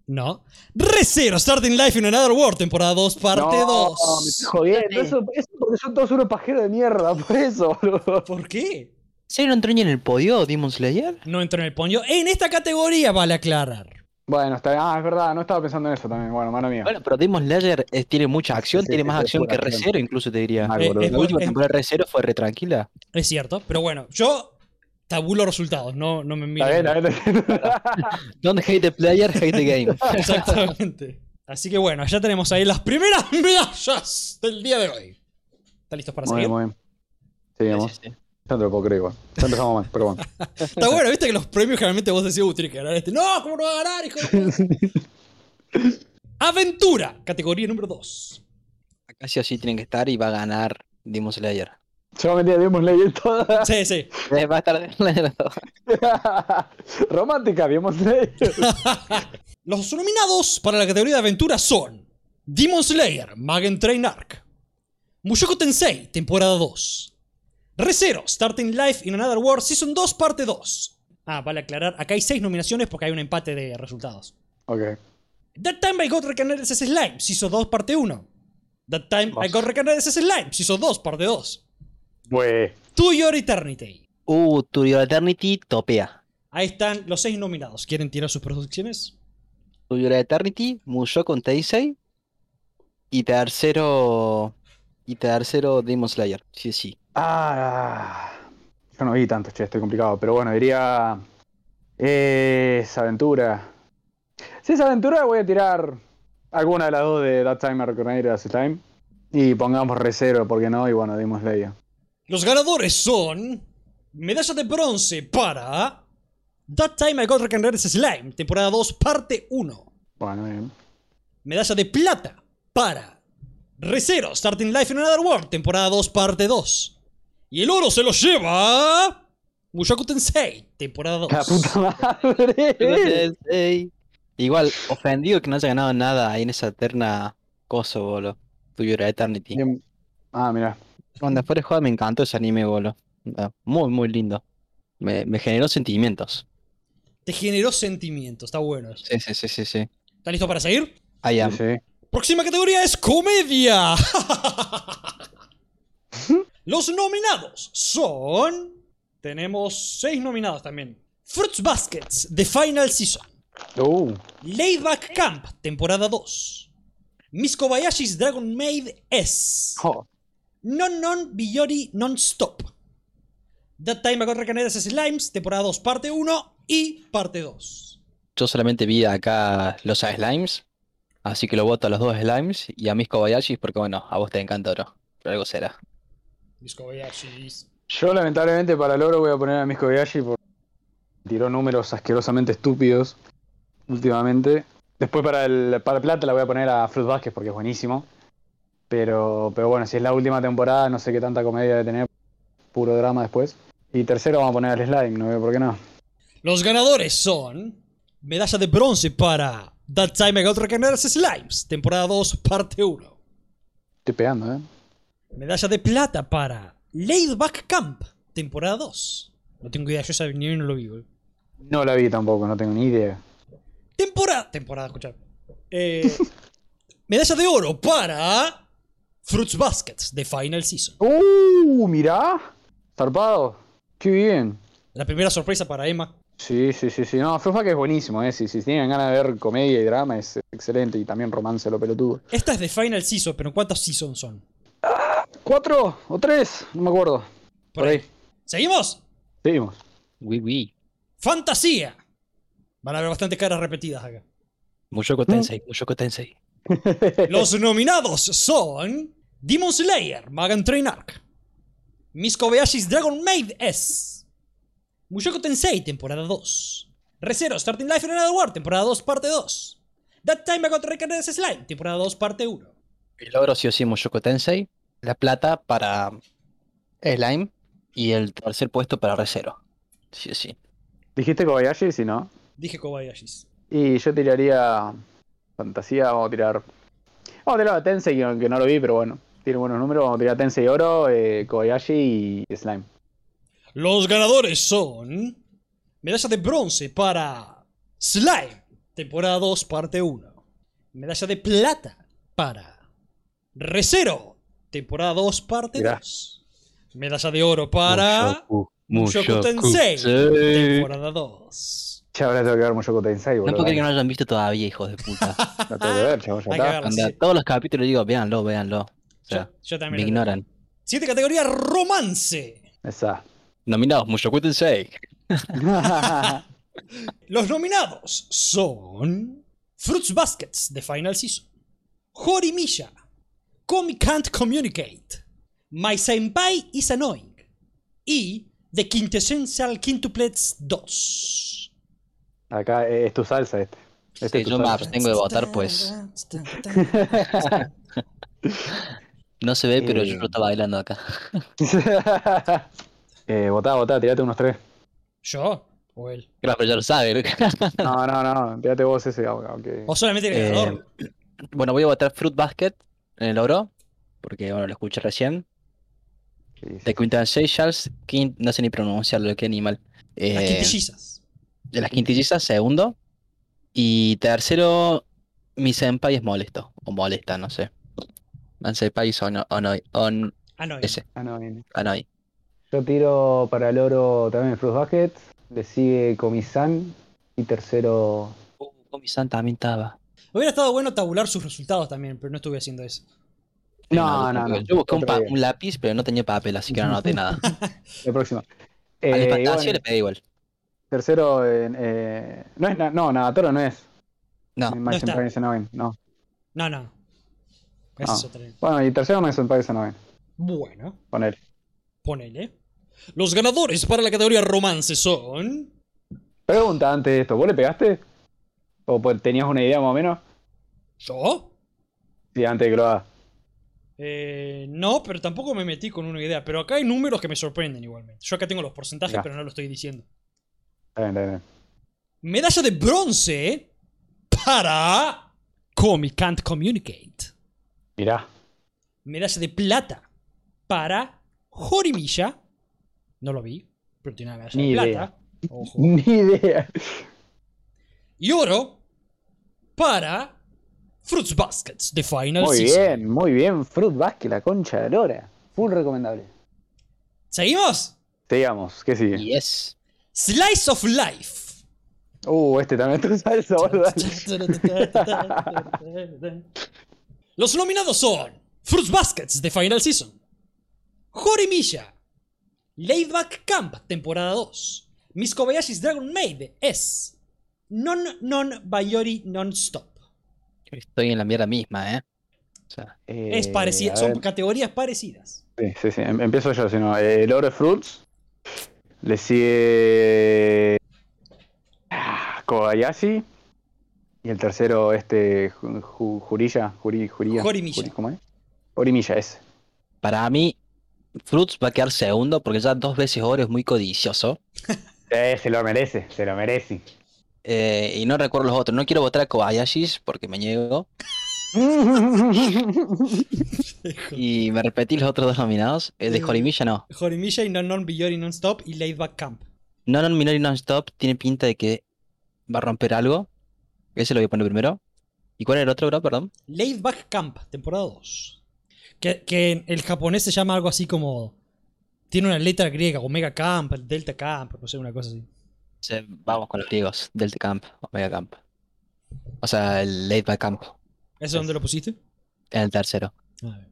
Speaker 1: No. Recero, Starting Life in Another World, temporada 2, parte
Speaker 2: no,
Speaker 1: 2.
Speaker 2: me estoy jodiendo. Eso, eso porque son todos unos pajeros de mierda, por eso, boludo.
Speaker 1: ¿Por qué?
Speaker 3: ¿Sí no entró ni en el podio Demon Slayer?
Speaker 1: No entró en el poño. En esta categoría vale aclarar.
Speaker 2: Bueno, está Ah, es verdad, no estaba pensando en eso también. Bueno, mano mía.
Speaker 3: Bueno, pero Demon Slayer eh, tiene mucha acción,
Speaker 2: sí,
Speaker 3: tiene
Speaker 2: sí,
Speaker 3: más
Speaker 2: sí, Ah,
Speaker 3: acción
Speaker 2: pura
Speaker 3: que
Speaker 2: acción.
Speaker 3: Recero, incluso te diría.
Speaker 2: Mal,
Speaker 1: eh,
Speaker 2: boludo.
Speaker 1: eh,
Speaker 3: La última
Speaker 1: eh,
Speaker 3: temporada de Recero fue re tranquila.
Speaker 1: Es cierto, pero bueno, yo tabulo resultados, no, no me miro.
Speaker 2: Está bien, está bien, está bien.
Speaker 3: Don't hate the player, hate the game.
Speaker 2: ¿eh?
Speaker 1: Exactamente. Así que bueno, ya tenemos ahí las primeras medallas del día de hoy. ¿Están listos para
Speaker 2: Muy bien,
Speaker 1: seguir?
Speaker 2: muy bien. Seguimos. Ya no te lo puedo creer, igual. Ya empezamos mal, pero bueno.
Speaker 1: Está bueno, viste que los premios generalmente vos decís, uh, tiene que ganar este. No, ¿cómo no va a ganar, hijo de puta? Aventura, categoría número 2.
Speaker 3: Acá sí o sí tienen que estar y va a ganar Demon Slayer.
Speaker 2: Yo metí a Demon Slayer toda.
Speaker 1: Sí, sí.
Speaker 3: Eh, Va a estar Demon Slayer.
Speaker 2: Romántica, Demon Slayer.
Speaker 1: Los nominados para la categoría de aventura son Demon Slayer, Magen Train Arc. Mushoku Tensei, temporada 2. ReZero, Starting Life in Another World, Season 2, parte 2. Ah, vale aclarar, acá hay 6 nominaciones porque hay un empate de resultados.
Speaker 2: Ok.
Speaker 1: That Time I Got Recognized as Slime, Season 2, parte 1. That Time I Got Recognized as Slime, Season 2, parte 2.
Speaker 2: Bue.
Speaker 1: To Your Eternity.
Speaker 3: Uh, To Your Eternity, topea.
Speaker 1: Ahí están los 6 nominados. ¿Quieren tirar sus producciones?
Speaker 3: To Your Eternity, Mushoku Tensei. Y tercero. Y tercero, Demon Slayer. Sí, sí.
Speaker 2: Ah, yo no vi tanto, che, estoy complicado. Pero bueno, diría. eh, Es aventura. Si es aventura, voy a tirar alguna de las dos de That Time I Recognized As Time. Y pongamos recero, porque no? Y bueno, dimos ley.
Speaker 1: Los ganadores son. Medalla de bronce para. That Time I Got Recognized as Slime, temporada 2, parte 1.
Speaker 2: Bueno, bien.
Speaker 1: Medalla de plata para. Recero, Starting Life in Another World, temporada 2, parte 2. Y el oro se lo lleva. Mushoku Tensei, temporada 2.
Speaker 2: La puta madre.
Speaker 3: Ey. Igual, ofendido que no haya ganado nada ahí en esa eterna cosa, boludo. To Your Eternity.
Speaker 2: Bien. Ah, mira.
Speaker 3: Cuando fuera de joda me encantó ese anime, boludo. Onda, Muy, muy lindo. Me, me generó sentimientos.
Speaker 1: Te generó sentimiento, está bueno. eso.
Speaker 3: Sí, sí, sí, sí, sí.
Speaker 1: ¿Están listos para seguir?
Speaker 3: I am.
Speaker 2: Sí.
Speaker 1: Próxima categoría es comedia. Los nominados son. Tenemos seis nominados también: Fruits Baskets, The Final Season.
Speaker 2: Uh,
Speaker 1: Layback Camp, temporada 2. Miss Kobayashi's Dragon Maid S.
Speaker 2: jo.
Speaker 1: Non Non Biyori Non Stop. That Time I Got Recognized as Slimes, temporada 2, parte 1 y parte 2.
Speaker 3: Yo solamente vi acá los slimes, así que lo voto a los dos slimes y a mis Kobayashi porque bueno, a vos te encanta oro. Pero algo será.
Speaker 1: Miss Kobayashi's.
Speaker 2: Yo lamentablemente para el oro voy a poner a Misko Gayashi porque tiró números asquerosamente estúpidos últimamente. Después para el para plata la voy a poner a Fruit Vázquez porque es buenísimo. Pero, pero bueno, si es la última temporada, no sé qué tanta comedia debe tener. Puro drama después. Y tercero vamos a poner al Slime, no veo por qué no.
Speaker 1: Los ganadores son medalla de bronce para That Time I Got Recognized as Slimes, temporada 2, parte 1.
Speaker 2: Estoy pegando, ¿eh?
Speaker 1: Medalla de plata para Laidback Camp, temporada 2. No tengo idea, yo esa ni no lo vivo.
Speaker 2: No la vi tampoco, no tengo ni idea.
Speaker 1: Temporada. Temporada, escuchad. Eh, medalla de oro para Fruits Baskets de Final Season.
Speaker 2: ¡Uh! Mirá. Zarpado. Qué bien.
Speaker 1: La primera sorpresa para Emma.
Speaker 2: Sí, sí, sí, sí. No, Fruit Vázquez es buenísimo, ¿eh? Si, si tienen ganas de ver comedia y drama es excelente y también romance lo pelotudo.
Speaker 1: Esta es de Final Season, pero ¿cuántas seasons son?
Speaker 2: ¿Cuatro o tres? No me acuerdo. Por ahí.
Speaker 1: ¿Seguimos?
Speaker 2: Seguimos.
Speaker 3: Oui, oui.
Speaker 1: Fantasía. Van a haber bastantes caras repetidas acá.
Speaker 3: Mushoku Tensei, Mushoku Tensei.
Speaker 1: Los nominados son Demon Slayer, Magan Train Arc, Miss Kobayashi's Dragon Maid S, Mushoku Tensei, temporada 2, ReZero, Starting Life in Another War, temporada 2, parte 2, That Time I Got Recognized as Slime, temporada 2, parte 1.
Speaker 3: El oro sí o sí Mushoku Tensei. La plata para Slime. Y el tercer puesto para Recero. Sí o sí.
Speaker 2: ¿Dijiste Kobayashi? Si no.
Speaker 1: Dije Kobayashi's.
Speaker 2: Y yo tiraría. Fantasía, vamos a tirar. Vamos a tirar a Tensei, que, que no lo vi, pero bueno. Tiene buenos números. Vamos a tirar Tensei Oro, eh, Kobayashi y Slime.
Speaker 1: Los ganadores son medalla de bronce para Slime, temporada 2, parte 1. Medalla de plata para Recero, temporada 2, parte
Speaker 2: Mirá.
Speaker 1: 2. Medalla de oro para Mushoku
Speaker 4: Mushoku
Speaker 1: Tensei,
Speaker 4: Tensei.
Speaker 1: temporada 2.
Speaker 2: Ya ahora tengo que ver Mushoku Tensei,
Speaker 3: No
Speaker 2: boludo.
Speaker 3: puedo creer que no lo hayan visto todavía, hijos de puta.
Speaker 2: La tengo que ver, chavos, ya
Speaker 1: Hay que
Speaker 2: está.
Speaker 1: verla,
Speaker 3: Onda,
Speaker 1: sí.
Speaker 3: todos los capítulos digo, véanlo, véanlo. O
Speaker 1: Yo,
Speaker 3: sea,
Speaker 1: yo
Speaker 3: me
Speaker 1: también. la tengo.
Speaker 3: ignoran.
Speaker 1: Siguiente categoría, romance.
Speaker 2: Esa.
Speaker 3: Nominados, Mushoku Tensei.
Speaker 1: Los nominados son Fruits Baskets de Final Season, Hori Misha, Komi Can't Communicate, My Senpai is Annoying y The Quintessential Quintuplets 2.
Speaker 2: Acá eh, es tu salsa este. Este
Speaker 3: Sí,
Speaker 2: es tu
Speaker 3: yo me
Speaker 2: salsa.
Speaker 3: abstengo de votar, pues. No se ve, pero yo
Speaker 2: Eh.
Speaker 3: lo estaba bailando acá.
Speaker 2: eh, votá, votá, tirate unos tres.
Speaker 1: ¿Yo? ¿O él?
Speaker 3: Claro, pero ya lo sabe.
Speaker 2: No, no, no, tirate vos ese. ah, ok.
Speaker 1: ¿O solamente el
Speaker 3: Eh,
Speaker 1: ganador?
Speaker 3: Bueno, voy a botar Fruit Basket en el oro, porque bueno, lo escuché recién.
Speaker 2: Sí, sí.
Speaker 3: De Quintan Seychelles, quin- no sé ni pronunciarlo, qué animal.
Speaker 1: Las
Speaker 3: Eh,
Speaker 1: quintillizas.
Speaker 3: de las quintillizas, segundo. Y tercero, mi senpai es molesto, o molesta, no sé. Man senpai es ono- onoi, on,
Speaker 1: Ah, no.
Speaker 3: ese,
Speaker 2: Ah, no, bien.
Speaker 3: onoi.
Speaker 2: Yo tiro para el oro también Fruit Basket. Le sigue Comisán. Y tercero.
Speaker 3: Uh, Komi-san también estaba.
Speaker 1: Hubiera estado bueno tabular sus resultados también, pero no estuve haciendo eso.
Speaker 2: No, no, no.
Speaker 3: Yo busqué un,
Speaker 2: Otro
Speaker 3: pa-
Speaker 2: día.
Speaker 3: un lápiz, pero no tenía papel, así que no anoté nada.
Speaker 2: La próxima.
Speaker 3: A mi
Speaker 2: Eh, y
Speaker 3: fantasía
Speaker 2: bueno,
Speaker 3: le pedí igual.
Speaker 2: tercero. en, eh, no, es, na- no, Nagatoro no es.
Speaker 3: No,
Speaker 2: My
Speaker 1: está.
Speaker 2: Senpai Senoven, no.
Speaker 1: No, no. Esa
Speaker 2: Ah.
Speaker 1: es otra.
Speaker 2: Bueno, y tercero My Senpai Senoven.
Speaker 1: Bueno,
Speaker 2: Poner.
Speaker 1: ponele. Los ganadores para la categoría romance son.
Speaker 2: Pregunta antes de esto. ¿Vos le pegaste? ¿O pues, tenías una idea más o menos?
Speaker 1: ¿Yo?
Speaker 2: Sí, antes de que lo haga.
Speaker 1: Eh, no, pero tampoco me metí con una idea. Pero acá hay números que me sorprenden igualmente. Yo acá tengo los porcentajes,
Speaker 2: Ya.
Speaker 1: pero no lo estoy diciendo.
Speaker 2: Está bien, está bien.
Speaker 1: Medalla de bronce para Comic Can't Communicate.
Speaker 2: Mirá.
Speaker 1: Medalla de plata para Horimiya. No lo vi, pero tiene una medalla
Speaker 2: Ni
Speaker 1: de plata.
Speaker 2: idea.
Speaker 1: Ojo.
Speaker 2: Ni idea.
Speaker 1: Y oro para Fruits Baskets de Final
Speaker 2: Muy
Speaker 1: Season.
Speaker 2: bien, muy bien. Fruit Basket, la concha de Lora. Full recomendable.
Speaker 1: ¿Seguimos?
Speaker 2: Sigamos, ¿qué sigue?
Speaker 3: yes.
Speaker 1: Slice of Life.
Speaker 2: Uh, este también es tu salsa, boludo.
Speaker 1: Los nominados son Fruits Baskets de Final Season, Horimiya, Layback Camp, temporada 2, Miss Kobayashi's Dragon Maid es Non Non Bayori Non Stop.
Speaker 3: Estoy en la mierda misma, ¿eh? O sea,
Speaker 2: Eh,
Speaker 1: Es parecida,
Speaker 2: a
Speaker 1: son
Speaker 2: ver,
Speaker 1: categorías parecidas.
Speaker 2: Sí, sí, sí. em- Empiezo yo, si no. Eh, el oro es Fruits. Le sigue. ah, Kobayashi. Y el tercero, este. Ju- Ju- Jurilla. Juri, Juría.
Speaker 1: Jorimilla.
Speaker 2: Juri- ¿Cómo es? Jorimilla, ese.
Speaker 3: para mí, Fruits va a quedar segundo porque ya dos veces oro es muy codicioso.
Speaker 2: Eh, se lo merece, se lo merece.
Speaker 3: Eh, y no recuerdo los otros. No quiero votar a Kobayashi porque me niego. Y me repetí los otros dos nominados. El de
Speaker 1: Eh.
Speaker 3: Horimiya no.
Speaker 1: Horimiya y Non Non Bayori Non Stop y Layback Camp.
Speaker 3: No, no, Minori Non-Stop tiene pinta de que va a romper algo. Ese lo voy a poner primero. ¿Y cuál era el otro, bro? Perdón.
Speaker 1: Laid Back Camp, temporada 2. Que, que en el japonés se llama algo así como. Tiene una letra griega, Omega Camp, Delta Camp, no sé, una cosa así.
Speaker 3: Se- Vamos con los griegos. Delta Camp, Omega Camp. O sea, el Late by Camp.
Speaker 1: ¿Eso dónde lo pusiste?
Speaker 3: En el tercero.
Speaker 1: A ver.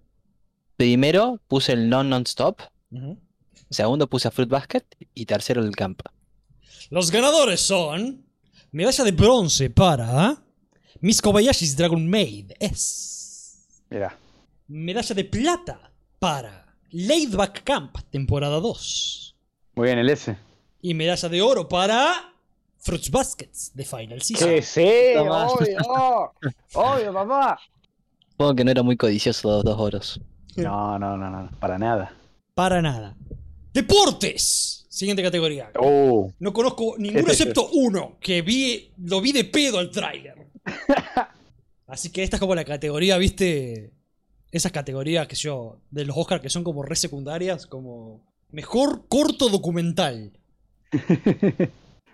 Speaker 3: Primero puse el Non Non-Stop.
Speaker 1: Ujú.
Speaker 3: Segundo puse a Fruit Basket. Y tercero el Camp.
Speaker 1: Los ganadores son. Medalla de bronce para. Miss Kobayashi's Dragon Maid es.
Speaker 2: Mirá.
Speaker 1: Medalla de plata para. Laid Back Camp, temporada 2.
Speaker 2: Muy bien, el S.
Speaker 1: Y medalla de oro para. Fruits Baskets de Final Season.
Speaker 2: Que sí,
Speaker 3: Toma.
Speaker 2: obvio. Obvio, papá.
Speaker 3: Supongo que no era muy codicioso los dos oros.
Speaker 2: No, no, no, no, para nada.
Speaker 1: Para nada. Deportes. Siguiente categoría.
Speaker 2: Oh.
Speaker 1: No conozco ninguno
Speaker 2: Este es
Speaker 1: excepto uno, que vi, lo vi de pedo al tráiler. Así que esta es como la categoría, viste, esas categorías que yo, de los Oscars que son como re secundarias, como mejor corto documental.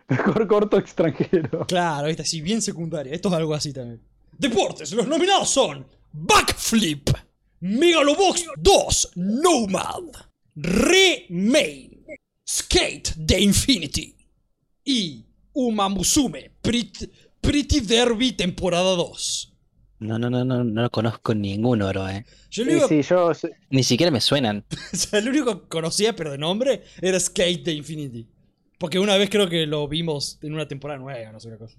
Speaker 2: Mejor corto extranjero.
Speaker 1: Claro, viste, así bien secundaria. Esto es algo así también. Deportes, los nominados son Backflip, Megalobox 2, Nomad, Remain, Skate de Infinity y Umamusume, Pretty, Pretty Derby temporada 2.
Speaker 3: No, no, no, no, no lo conozco ninguno, oro, eh.
Speaker 1: Yo el
Speaker 2: Sí,
Speaker 1: único,
Speaker 2: sí, yo. s-
Speaker 3: Ni siquiera me suenan.
Speaker 1: o sea, el único que conocía, pero de nombre, era Skate de Infinity. Porque una vez creo que lo vimos en una temporada nueva, no sé una cosa.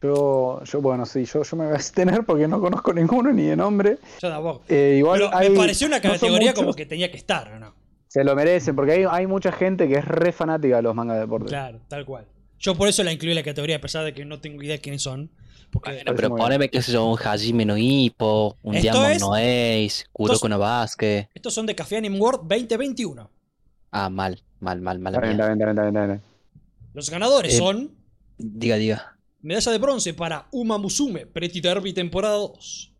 Speaker 2: Yo, yo, bueno, sí, yo, yo me voy a abstener porque no conozco ninguno ni de nombre.
Speaker 1: Yo tampoco.
Speaker 2: Eh, igual
Speaker 1: Pero
Speaker 2: hay-
Speaker 1: me pareció una
Speaker 2: no son
Speaker 1: categoría
Speaker 2: muchos.
Speaker 1: como que tenía que estar, ¿o no?
Speaker 2: Se lo merecen, porque hay, hay mucha gente que es re fanática de los mangas de deporte.
Speaker 1: Claro, tal cual. Yo por eso la incluí en la categoría, a pesar de que no tengo idea de quiénes son. Porque
Speaker 3: Bueno,
Speaker 2: Parece
Speaker 3: pero
Speaker 2: muy bien.
Speaker 3: poneme, qué sé yo, un Hajime no Ippo, un
Speaker 1: Esto
Speaker 3: Diamond
Speaker 1: es-
Speaker 3: no Ace, Kuroko
Speaker 1: Entonces-
Speaker 3: no Basque.
Speaker 1: estos son de Café Anime World 2021.
Speaker 3: Ah, mal, mal, mal, mal.
Speaker 2: Está bien, está bien, está bien, está bien, está bien.
Speaker 1: Los ganadores
Speaker 3: Eh,
Speaker 1: son
Speaker 3: Diga, diga.
Speaker 1: Medalla de bronce para Uma Musume, Pretty Derby temporada 2.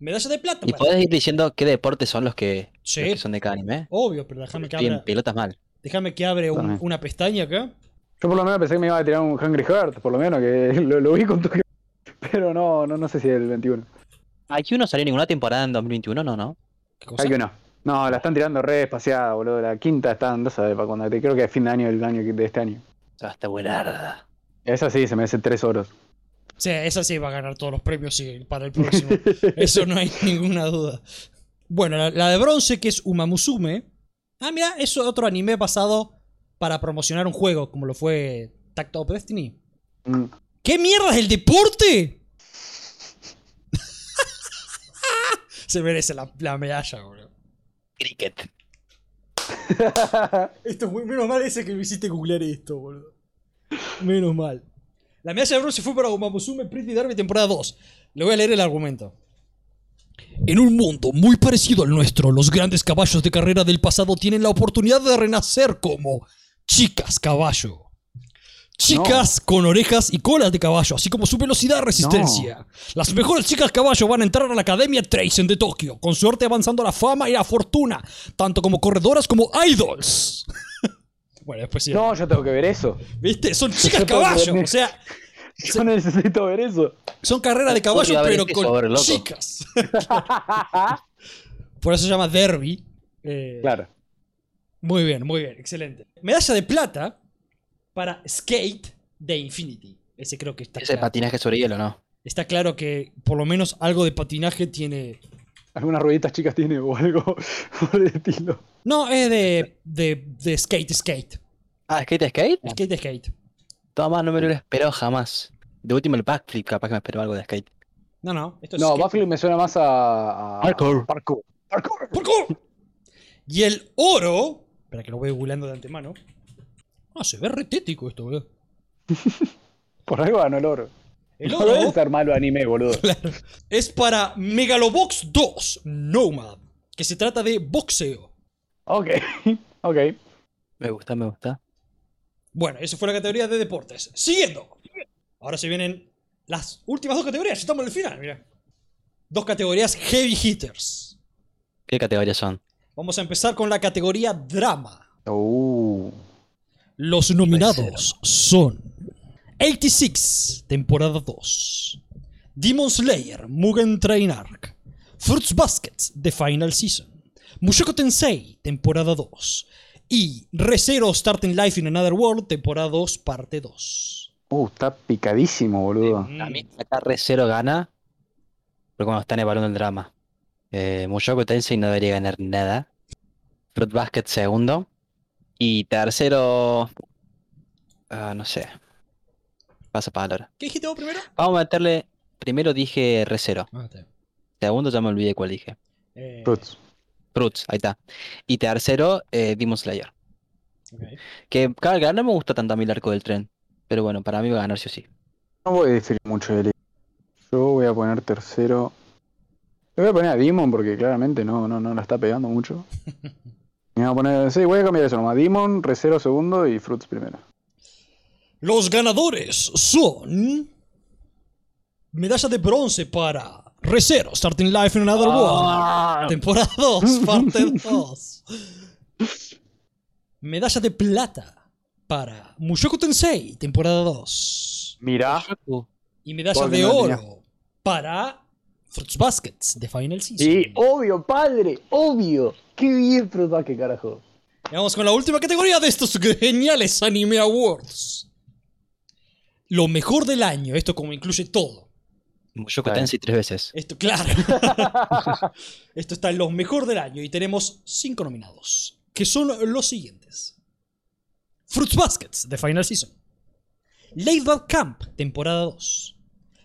Speaker 1: Medalla de plata
Speaker 3: Y
Speaker 1: para-
Speaker 3: podés ir diciendo qué deportes son los que,
Speaker 1: Sí.
Speaker 3: los que son de cada anime.
Speaker 1: Obvio, pero déjame que
Speaker 3: Estoy en
Speaker 1: abra,
Speaker 3: pelotas mal.
Speaker 1: déjame que abre un-
Speaker 3: eh.
Speaker 2: Dame.
Speaker 1: una pestaña acá.
Speaker 2: Yo por lo menos pensé que me iba a tirar un Hungry Heart, por lo menos, que lo, lo vi con tu... Pero no, no, no sé si el 21.
Speaker 3: Aquí uno Ah, salió ninguna temporada en 2021, no, no.
Speaker 1: ¿Qué cosa?
Speaker 2: Hay que no. No, la están tirando re espaciada, boludo. La quinta está, no sabes, para cuando te creo que es fin de año del año que- de este año.
Speaker 3: Esa está buenarda.
Speaker 2: Esa sí, se me hace tres oros.
Speaker 1: Sí, esa sí va a ganar todos los premios sí, para el próximo. Eso no hay ninguna duda. Bueno, la, la de bronce, que es Umamusume. Ah, mira, es otro anime basado para promocionar un juego, como lo fue Tacto of Destiny.
Speaker 2: Mm.
Speaker 1: ¿Qué mierda es el deporte? Se merece la, la medalla, boludo.
Speaker 3: Cricket.
Speaker 1: Esto es muy- menos mal ese que me hiciste googlear esto, boludo. Menos mal. La medalla de bronce fue para Umamusume Pretty Derby temporada 2. Le voy a leer el argumento. En un mundo muy parecido al nuestro, los grandes caballos de carrera del pasado tienen la oportunidad de renacer como chicas caballo. Chicas con orejas y colas de caballo, así como su velocidad y resistencia. Las mejores chicas caballo van a entrar a la Academia Treisen de Tokio, con suerte avanzando a la fama y la fortuna, tanto como corredoras como idols. bueno, después sí.
Speaker 2: No, yo tengo que ver eso.
Speaker 1: ¿Viste? Son chicas
Speaker 2: tengo que
Speaker 1: caballo,
Speaker 2: ver-
Speaker 1: o sea,
Speaker 2: Yo necesito ver eso.
Speaker 1: son carreras de
Speaker 3: Podría
Speaker 1: caballo,
Speaker 3: haber
Speaker 1: pero
Speaker 3: escrito
Speaker 1: con
Speaker 3: sobre loco.
Speaker 1: chicas. Por eso se llama derby. Eh,
Speaker 2: Claro.
Speaker 1: Muy bien, muy bien, excelente. Medalla de plata para Skate de Infinity. Ese creo que está
Speaker 3: Ese
Speaker 1: claro.
Speaker 3: patinaje sobre hielo, ¿no?
Speaker 1: Está claro que por lo menos algo de patinaje tiene.
Speaker 2: Algunas rueditas chicas tiene o algo por el estilo.
Speaker 1: No, es de, de, de skate, skate.
Speaker 3: Ah, skate, skate.
Speaker 1: Skate, skate.
Speaker 3: Toma, no me lo espero jamás. De último el backflip, capaz que me esperaba algo de skate.
Speaker 1: No, no, esto es
Speaker 2: No,
Speaker 1: skate.
Speaker 2: Backflip me suena más a. a-
Speaker 3: Parkour.
Speaker 2: Parkour. Parkour.
Speaker 1: ¡Porco! Y el oro. Para que lo voy googleando de antemano. Ah, se ve retético esto, boludo.
Speaker 2: Por algo ganó el oro.
Speaker 1: El
Speaker 2: No
Speaker 1: oro
Speaker 2: debe ser malo anime, boludo.
Speaker 1: es para Megalobox 2 Nomad, que se trata de boxeo.
Speaker 2: Ok. Ok.
Speaker 3: Me gusta, me gusta.
Speaker 1: Bueno, esa fue la categoría de deportes. Siguiendo. Ahora se vienen las últimas dos categorías. Ya estamos en el final, mira. Dos categorías heavy hitters.
Speaker 3: ¿Qué categorías son?
Speaker 1: Vamos a empezar con la categoría drama.
Speaker 2: Uh.
Speaker 1: Los nominados son 86, temporada 2. Demon Slayer, Mugen Train Arc. Fruits Baskets, The Final Season. Mushoku Tensei, temporada 2. Y Resero Starting Life in Another World, temporada 2, parte 2.
Speaker 2: Uh, está picadísimo, boludo.
Speaker 1: Mm.
Speaker 3: A mí acá re cero gana, pero cuando están evaluando el drama. Eh, Mushoku Tensei no debería ganar nada. Fruit Basket segundo. Y tercero... ah, no sé. Pasa palabra.
Speaker 1: ¿Qué dijiste vos primero?
Speaker 3: Vamos a meterle... Primero dije re cero.
Speaker 1: Ah, está bien.
Speaker 3: Segundo ya me olvidé cuál dije.
Speaker 1: Eh,
Speaker 2: Fruits.
Speaker 3: Fruits, ahí está. Y tercero, eh, Demon Slayer.
Speaker 1: ok.
Speaker 3: Que claro, no me gusta tanto a mí el arco del tren. Pero bueno, para mí va a ganar sí o sí.
Speaker 2: No voy a diferir mucho de él. Yo voy a poner tercero. Le voy a poner a Demon porque claramente no, no, no la está pegando mucho. Me voy a poner. Sí, voy a cambiar eso nomás. Demon, Recero segundo y Fruits primero.
Speaker 1: Los ganadores son. Medalla de bronce para Resero, Starting Life in Another
Speaker 2: Ah.
Speaker 1: World. Temporada 2, parte 2. Medalla de plata para Mushoku Tensei, temporada 2.
Speaker 2: Mirá.
Speaker 1: Y medalla
Speaker 2: Porque
Speaker 1: de
Speaker 2: no tenía.
Speaker 1: oro para Fruits Baskets de Final Season.
Speaker 2: Sí, Oh. obvio, padre, obvio. Qué bien Fruits Basket, carajo.
Speaker 1: Y Vamos con la última categoría de estos geniales Anime Awards. Lo mejor del año, esto como incluye todo.
Speaker 3: Mushoku
Speaker 2: Está bien.
Speaker 3: Tensei tres veces.
Speaker 1: Esto, claro. Esto está en los mejor del año y tenemos cinco nominados, que son los siguientes. Fruits Baskets, de Final Season. Late Bad Camp, temporada 2.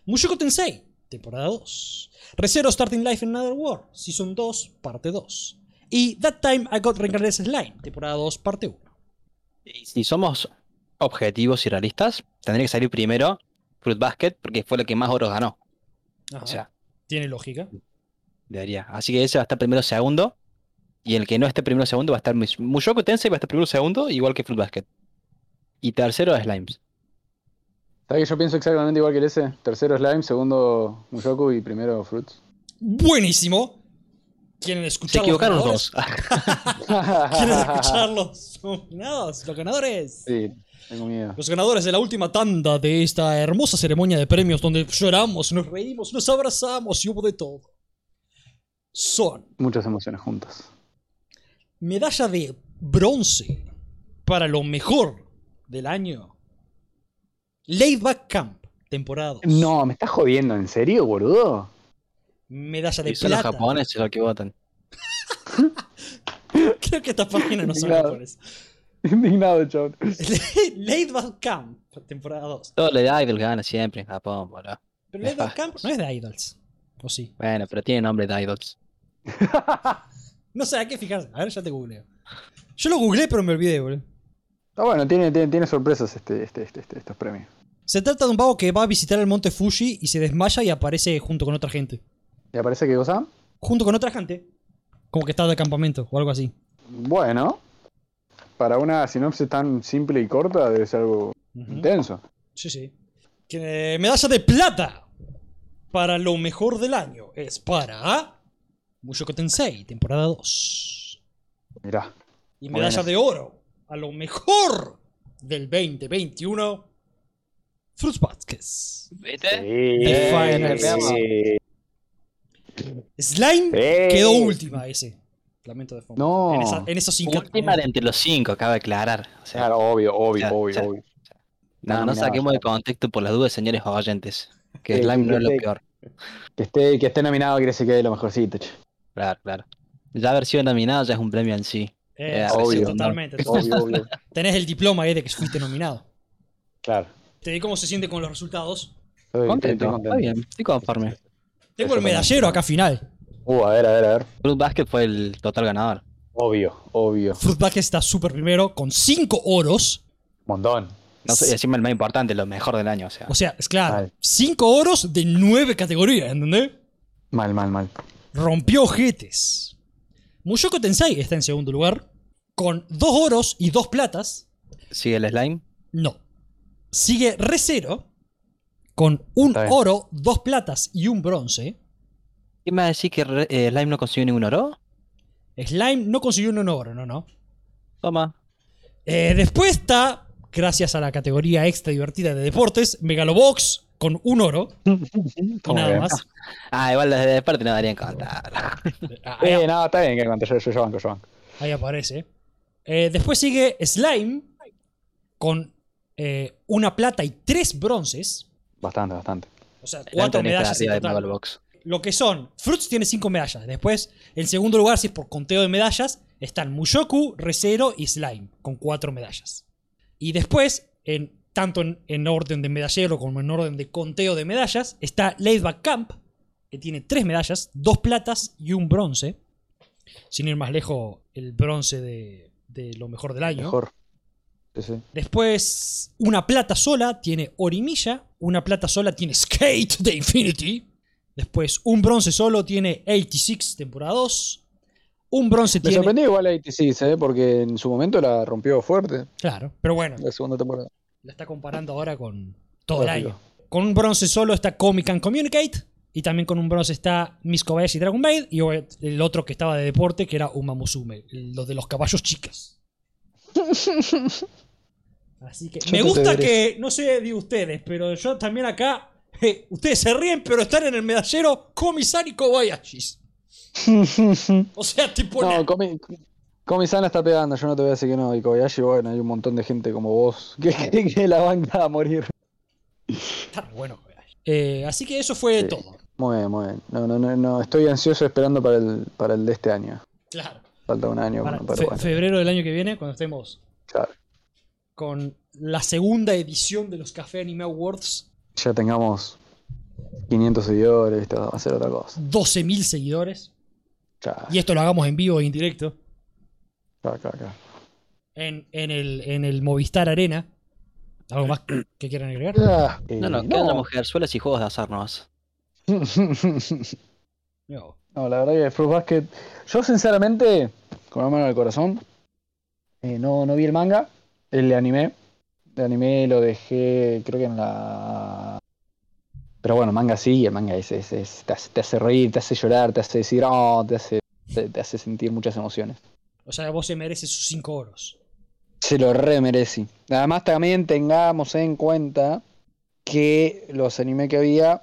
Speaker 1: Mushoku Tensei, temporada 2. Resero Starting Life in Another World, Season 2, parte 2. Y That Time I Got Regardless Slime, temporada 2, parte 1.
Speaker 3: Y si somos objetivos y realistas, tendría que salir primero Fruit Basket, porque fue lo que más oros ganó.
Speaker 1: Ajá,
Speaker 3: O sea,
Speaker 1: tiene lógica.
Speaker 3: debería. Así que ese va a estar primero segundo. Y el que no esté primero segundo va a estar Mush- Mushoku Tensei va a estar primero segundo, igual que Fruit Basket. Y tercero Slimes.
Speaker 2: ¿Sabes que yo pienso exactamente igual que el ese? Tercero Slime, segundo Mushoku y primero Fruits.
Speaker 1: Buenísimo. ¿Quieren
Speaker 3: Se
Speaker 1: escuchar
Speaker 3: equivocaron los
Speaker 1: ganadores?
Speaker 3: dos.
Speaker 1: ¿Quieren escuchar los nominados, los ganadores?
Speaker 2: Sí, tengo miedo.
Speaker 1: Los ganadores de la última tanda de esta hermosa ceremonia de premios donde lloramos, nos reímos, nos abrazamos y hubo de todo. Son
Speaker 2: Muchas emociones juntas.
Speaker 1: medalla de bronce para lo mejor del año. Laidback Camp, temporada. dos.
Speaker 2: No, me estás jodiendo, ¿en serio, boludo?
Speaker 1: Medalla de
Speaker 3: Y son los
Speaker 1: plata.
Speaker 3: japoneses los que votan.
Speaker 1: Creo que estas páginas no son
Speaker 2: Claro.
Speaker 1: japoneses.
Speaker 2: Indignado, chabón.
Speaker 1: Laidback Camp, temporada 2.
Speaker 3: Todo el idol gana siempre en Japón, boludo.
Speaker 1: Pero Laidback Camp no es de Idols. ¿O sí?
Speaker 3: Bueno, pero tiene nombre de idols.
Speaker 2: Está
Speaker 1: No sé, hay que fijarse. A ver, ya te googleo. Yo lo googleé, pero me olvidé, boludo.
Speaker 2: bueno, tiene, tiene, tiene sorpresas este, este, este, este- estos premios.
Speaker 1: Se trata de un vago que va a visitar el monte Fuji y se desmaya y aparece junto con otra gente.
Speaker 2: ¿Te parece que cosa?
Speaker 1: Junto con otra gente. Como que está de campamento o algo así.
Speaker 2: Bueno, para una sinopsis tan simple y corta debe ser algo
Speaker 1: Ujú.
Speaker 2: intenso.
Speaker 1: Sí, sí. Que- eh, medalla de plata para lo mejor del año es para Mushoku Tensei, temporada 2.
Speaker 2: Mirá.
Speaker 1: Y medalla
Speaker 2: Bueno.
Speaker 1: de oro a lo mejor del 2021, Fruits Basket.
Speaker 4: ¿Viste?
Speaker 1: Final Slime
Speaker 2: Sí.
Speaker 1: quedó última ese. Lamento de fondo.
Speaker 2: No.
Speaker 1: En, esa- en esos cinco.
Speaker 3: Última de entre los cinco, cabe aclarar. O sea,
Speaker 2: Claro, obvio, obvio,
Speaker 3: Claro,
Speaker 2: obvio,
Speaker 3: claro.
Speaker 2: obvio.
Speaker 3: no, no
Speaker 2: Nominados,
Speaker 3: saquemos de contexto por las dudas, señores oyentes. Que
Speaker 2: Sí,
Speaker 3: Slime
Speaker 2: sí,
Speaker 3: no es lo
Speaker 2: sí.
Speaker 3: peor.
Speaker 2: Que esté, que esté nominado quiere decir que es lo mejorcito. che.
Speaker 3: Claro, claro. Ya haber sido nominado ya es un premio en sí.
Speaker 1: Eh,
Speaker 3: Eh,
Speaker 1: sí, sí,
Speaker 2: obvio,
Speaker 1: totalmente.
Speaker 2: Obvio, obvio.
Speaker 1: Tenés el diploma ahí de que fuiste nominado.
Speaker 2: Claro.
Speaker 1: ¿Te di cómo se siente con los resultados?
Speaker 2: Estoy,
Speaker 3: Contento,
Speaker 2: estoy
Speaker 3: está bien, estoy conforme.
Speaker 1: Tengo el
Speaker 2: Eso también.
Speaker 1: medallero acá final.
Speaker 2: Uh, a ver, a ver, a ver.
Speaker 3: Fruit Basket fue el total ganador.
Speaker 2: Obvio, obvio.
Speaker 1: Fruit Basket está súper primero con 5 oros.
Speaker 2: Montón.
Speaker 3: No sé, y encima el más importante, lo mejor del año, o sea.
Speaker 1: O sea, es claro,
Speaker 2: Vale.
Speaker 1: 5 oros de 9 categorías, ¿entendés?
Speaker 2: Mal, mal, mal.
Speaker 1: Rompió ojetes. Mushoku Tensei está en segundo lugar con 2 oros y 2 platas.
Speaker 3: Sigue el Slime.
Speaker 1: No. Sigue Recero con un
Speaker 2: Está bien.
Speaker 1: oro, 2 platas y un bronce.
Speaker 3: ¿Qué me va a decir que re- eh, Slime no consiguió ningún oro?
Speaker 1: Slime no consiguió ni un oro, no, no.
Speaker 3: Toma.
Speaker 1: Eh, después está, gracias a la categoría extra divertida de deportes, Megalobox con un oro. y
Speaker 2: Está muy
Speaker 1: nada
Speaker 2: bien.
Speaker 1: más.
Speaker 3: Ah, igual desde de parte no darían contar.
Speaker 1: Ah, Ahí,
Speaker 2: Eh, no, está bien que cuando yo, yo, yo banco, yo banco.
Speaker 1: ahí aparece. Eh, después sigue Slime con eh, una plata y tres bronces.
Speaker 2: Bastante, bastante.
Speaker 1: O sea, cuatro medallas en total. Lo que son, Fruits tiene cinco medallas. Después, en segundo lugar, si es por conteo de medallas, están Mushoku, Recero y Slime, con cuatro medallas. Y después, en, tanto en, en orden de medallero como en orden de conteo de medallas, está Laidback Camp, que tiene tres medallas, dos platas y un bronce. Sin ir más lejos, el bronce de, de lo mejor del año.
Speaker 2: Mejor. Sí, sí.
Speaker 1: Después, una plata sola tiene Orimilla. Una plata sola tiene Skate de Infinity. Después, un bronce solo tiene 86, temporada 2. Un bronce
Speaker 2: Me
Speaker 1: tiene.
Speaker 2: sorprendió igual a ATC, ¿eh? Porque en su momento la rompió fuerte
Speaker 1: Claro, pero bueno,
Speaker 2: la segunda temporada.
Speaker 1: la está comparando ahora con todo el
Speaker 2: Lógico.
Speaker 1: año. Con un bronce solo está Comic and Communicate. Y también con un bronce está Miss Kobayashi Dragon Maid. Y el otro que estaba de deporte, que era Uma Musume, lo de los caballos chicas. Así que
Speaker 2: Yo
Speaker 1: me
Speaker 2: te
Speaker 1: gusta
Speaker 2: diré.
Speaker 1: que, no sé de ustedes, pero yo también acá, eh, ustedes se ríen, pero están en el medallero Comisan y Kobayashis. O sea, tipo, na-
Speaker 2: No, Comi, Comi-san la está pegando, yo no te voy a decir que no. Y Kobayashi, bueno, hay un montón de gente como vos que, que- que la banca a morir.
Speaker 1: está re bueno Kobayashi. Eh, así que eso fue
Speaker 2: Sí.
Speaker 1: todo.
Speaker 2: Muy bien, muy bien. No, no, no, no, estoy ansioso esperando para el, para el de este año.
Speaker 1: Claro.
Speaker 2: Falta un año,
Speaker 1: Para
Speaker 2: bueno, pero
Speaker 1: fe-
Speaker 2: bueno.
Speaker 1: febrero del año que viene, cuando estemos
Speaker 2: Ya,
Speaker 1: con la segunda edición de los Café Anime Awards,
Speaker 2: ya tengamos 500 seguidores, ¿viste? va a ser otra cosa.
Speaker 1: 12.000 seguidores,
Speaker 2: Ya,
Speaker 1: y esto lo hagamos en vivo e indirecto,
Speaker 2: ya, ya, ya.
Speaker 1: en, en, el, en el Movistar Arena. ¿Algo más que- que quieran agregar?
Speaker 2: Ah, eh,
Speaker 3: No, no, quedan las mujerzuelas y juegos de azar nomás.
Speaker 1: No.
Speaker 2: No, la verdad que Fruit Basket. Yo, eh, sinceramente, con la mano en el corazón, eh, no, no vi el manga, el anime. de anime lo dejé, creo que en la. Pero bueno, manga sí, el manga es, es- es- te, hace, te hace reír, te hace llorar, te hace decir, oh, te hace, te, te hace sentir muchas emociones.
Speaker 1: O sea, vos se merece sus 5 oros.
Speaker 2: Se lo re merece. Además, también tengamos en cuenta que los animes que había,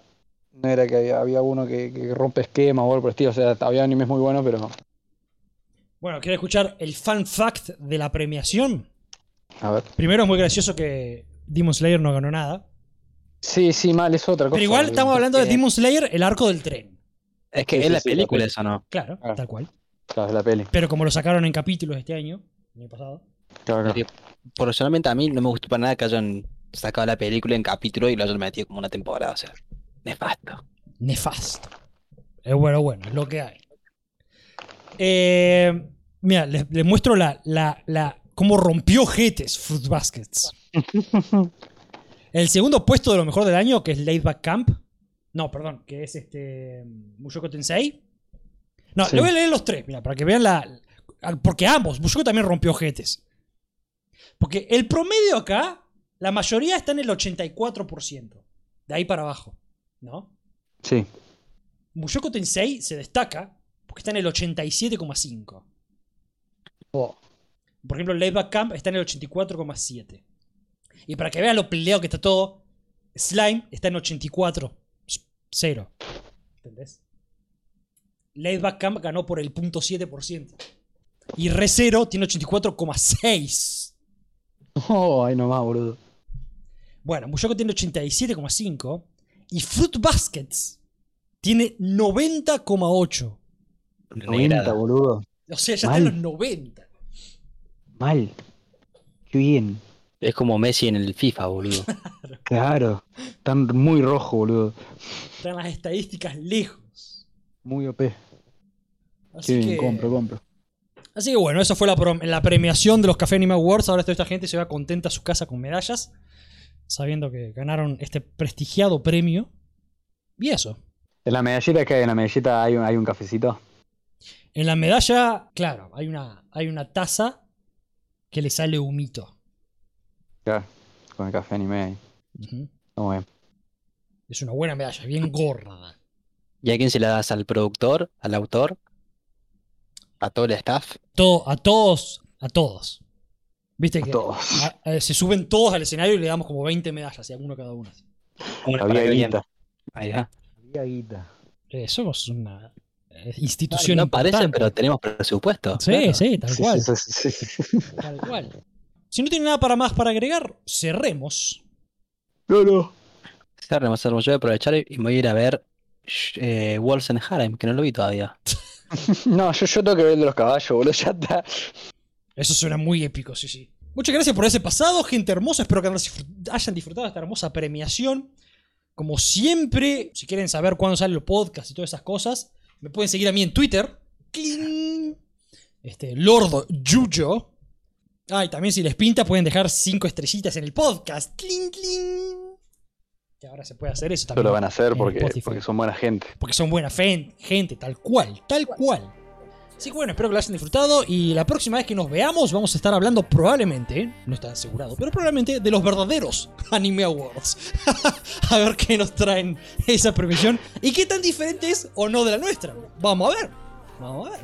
Speaker 2: no era que había, había uno que, que rompe esquemas o algo por el estilo. O sea, había animes muy buenos, pero.
Speaker 1: Bueno, ¿quieres escuchar el fan fact de la premiación?
Speaker 2: A ver.
Speaker 1: Primero es muy gracioso que Demon Slayer no ganó nada.
Speaker 2: Sí, sí, mal, es otra cosa.
Speaker 1: Pero igual estamos hablando de
Speaker 3: eh,
Speaker 1: Demon Slayer, el arco del tren.
Speaker 3: Es que
Speaker 2: Sí,
Speaker 3: es
Speaker 2: sí,
Speaker 3: la
Speaker 2: sí, la
Speaker 3: película
Speaker 2: peli.
Speaker 3: eso, ¿no?
Speaker 1: Claro,
Speaker 2: Claro.
Speaker 1: tal cual.
Speaker 2: Claro, es la peli.
Speaker 1: Pero como lo sacaron en capítulos este año, el año pasado.
Speaker 2: Claro, claro.
Speaker 3: Personalmente a mí no me gustó para nada que hayan sacado la película en capítulo y lo hayan metido como una temporada, o sea, nefasto.
Speaker 1: Nefasto. Es bueno, bueno, es lo que hay. Eh, mira, les, les muestro la, la, la, cómo rompió Jetes Fruit Baskets. El segundo puesto de lo mejor del año, que es Laid Back Camp. No, perdón, que es este. Mushoku Tensei. No,
Speaker 2: Sí.
Speaker 1: le voy a leer los tres, mira, para que vean la. al- Porque ambos, Mushoku también rompió Jetes. Porque el promedio acá, la mayoría está en el 84%. De ahí para abajo, ¿no?
Speaker 2: Sí.
Speaker 1: Mushoku Tensei se destaca porque está en el 87,5.
Speaker 2: Oh,
Speaker 1: Por ejemplo, Layback Camp está en el 84,7. Y para que vean lo peleado que está todo, Slime está en 84. Cero. ¿Entendés? Layback Camp ganó por el 0.7%. Y Re Zero tiene 84,6.
Speaker 2: Oh, ay, nomás, boludo.
Speaker 1: Bueno, Mushoku tiene 87,5 y Fruit Baskets tiene 90,8.
Speaker 3: Negrada.
Speaker 2: 90, boludo.
Speaker 1: O sea, ya
Speaker 2: Mal.
Speaker 1: está en los 90.
Speaker 2: Mal. Qué bien.
Speaker 3: Es como Messi en el FIFA, boludo.
Speaker 2: Claro. Están muy rojo, boludo.
Speaker 1: Están las estadísticas lejos.
Speaker 2: Muy OP. Qué
Speaker 1: Así
Speaker 2: bien,
Speaker 1: que,
Speaker 2: compro, compro.
Speaker 1: así que bueno, eso fue la, prom- la premiación de los Café Anime Awards. Ahora toda esta gente se va contenta a su casa con medallas, sabiendo que ganaron este prestigiado premio. Y eso.
Speaker 2: En la medallita que hay, en la medallita hay un, hay un cafecito.
Speaker 1: En la medalla, claro, hay una, hay una taza que le sale humito.
Speaker 2: Claro. Con el café anime ahí.
Speaker 1: Ujú.
Speaker 2: Muy bien.
Speaker 1: Es una buena medalla, bien gorda.
Speaker 3: ¿Y a quién se la das? ¿Al productor? ¿Al autor? ¿A todo el staff?
Speaker 1: to- a todos, a todos. ¿Viste que
Speaker 2: Todos.
Speaker 1: a- eh, se suben todos al escenario y le damos como 20 medallas, y a uno cada uno.
Speaker 3: Una para
Speaker 2: Había
Speaker 3: que
Speaker 2: guita.
Speaker 3: Ahí va.
Speaker 2: Había guita.
Speaker 1: Eh, somos una eh, institución
Speaker 3: no parece,
Speaker 1: importante.
Speaker 3: pero tenemos presupuesto.
Speaker 1: Sí,
Speaker 2: claro.
Speaker 1: sí, tal
Speaker 2: Sí,
Speaker 1: cual,
Speaker 2: sí, sí, sí, sí.
Speaker 1: tal cual. Si no tiene nada para más para agregar, cerremos.
Speaker 2: No, no.
Speaker 3: Cerremos, cerremos. Yo voy a aprovechar y y me voy a ir a ver sh- eh, Wolves and Harem, que no lo vi todavía.
Speaker 2: No, yo, yo tengo que ver el de los caballos, boludo. Ya está.
Speaker 1: Eso suena muy épico, sí, sí. Muchas gracias por ese pasado, gente hermosa. Espero que hayan disfrut- hayan disfrutado esta hermosa premiación. Como siempre, si quieren saber cuándo sale el podcast y todas esas cosas, me pueden seguir a mí en Twitter. ¡Cling! Este, Lordo Yuyo. Ah, y también si les pinta, pueden dejar cinco estrellitas en el podcast. ¡Cling, cling! Que ahora se puede hacer eso
Speaker 2: Eso
Speaker 1: también.
Speaker 2: lo van a hacer
Speaker 1: en
Speaker 2: porque,
Speaker 1: Spotify.
Speaker 2: porque son buena gente.
Speaker 1: Porque son buena fe- gente, tal cual, tal cual. Así que bueno, espero que lo hayan disfrutado y la próxima vez que nos veamos vamos a estar hablando probablemente, no está asegurado, pero probablemente de los verdaderos Anime Awards. a ver qué nos traen esa premiación y qué tan diferente es o no de la nuestra. Vamos a ver, vamos a ver.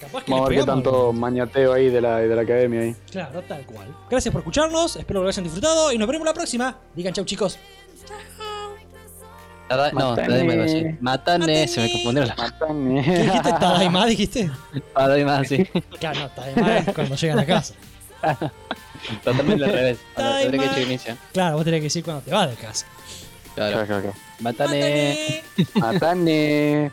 Speaker 1: Capaz que
Speaker 2: Vamos a
Speaker 1: le
Speaker 2: ver
Speaker 1: pegamos a
Speaker 2: qué tanto
Speaker 1: alguno.
Speaker 2: mañateo ahí de la, de la academia ahí.
Speaker 1: Claro, tal cual. Gracias por escucharnos, espero que lo hayan disfrutado y nos veremos la próxima. Digan chau chicos.
Speaker 3: Tada- No,
Speaker 2: Matane.
Speaker 3: Tadaima iba a decir. Matane, se me
Speaker 1: Matane.
Speaker 3: confundieron las
Speaker 2: Matan,
Speaker 1: ¿Qué
Speaker 2: eh.
Speaker 1: dijiste? ¿Tadaima dijiste?
Speaker 3: Tadaima, sí.
Speaker 1: Claro, no, Tadaima es cuando llegan a casa.
Speaker 3: Totalmente al revés. Bueno, tendré que
Speaker 1: Tadaima.
Speaker 3: decir inicio.
Speaker 1: Claro, vos tenés que decir cuando te vas de casa.
Speaker 3: Claro.
Speaker 2: Claro, claro, claro.
Speaker 3: Matane.
Speaker 2: Matan, eh.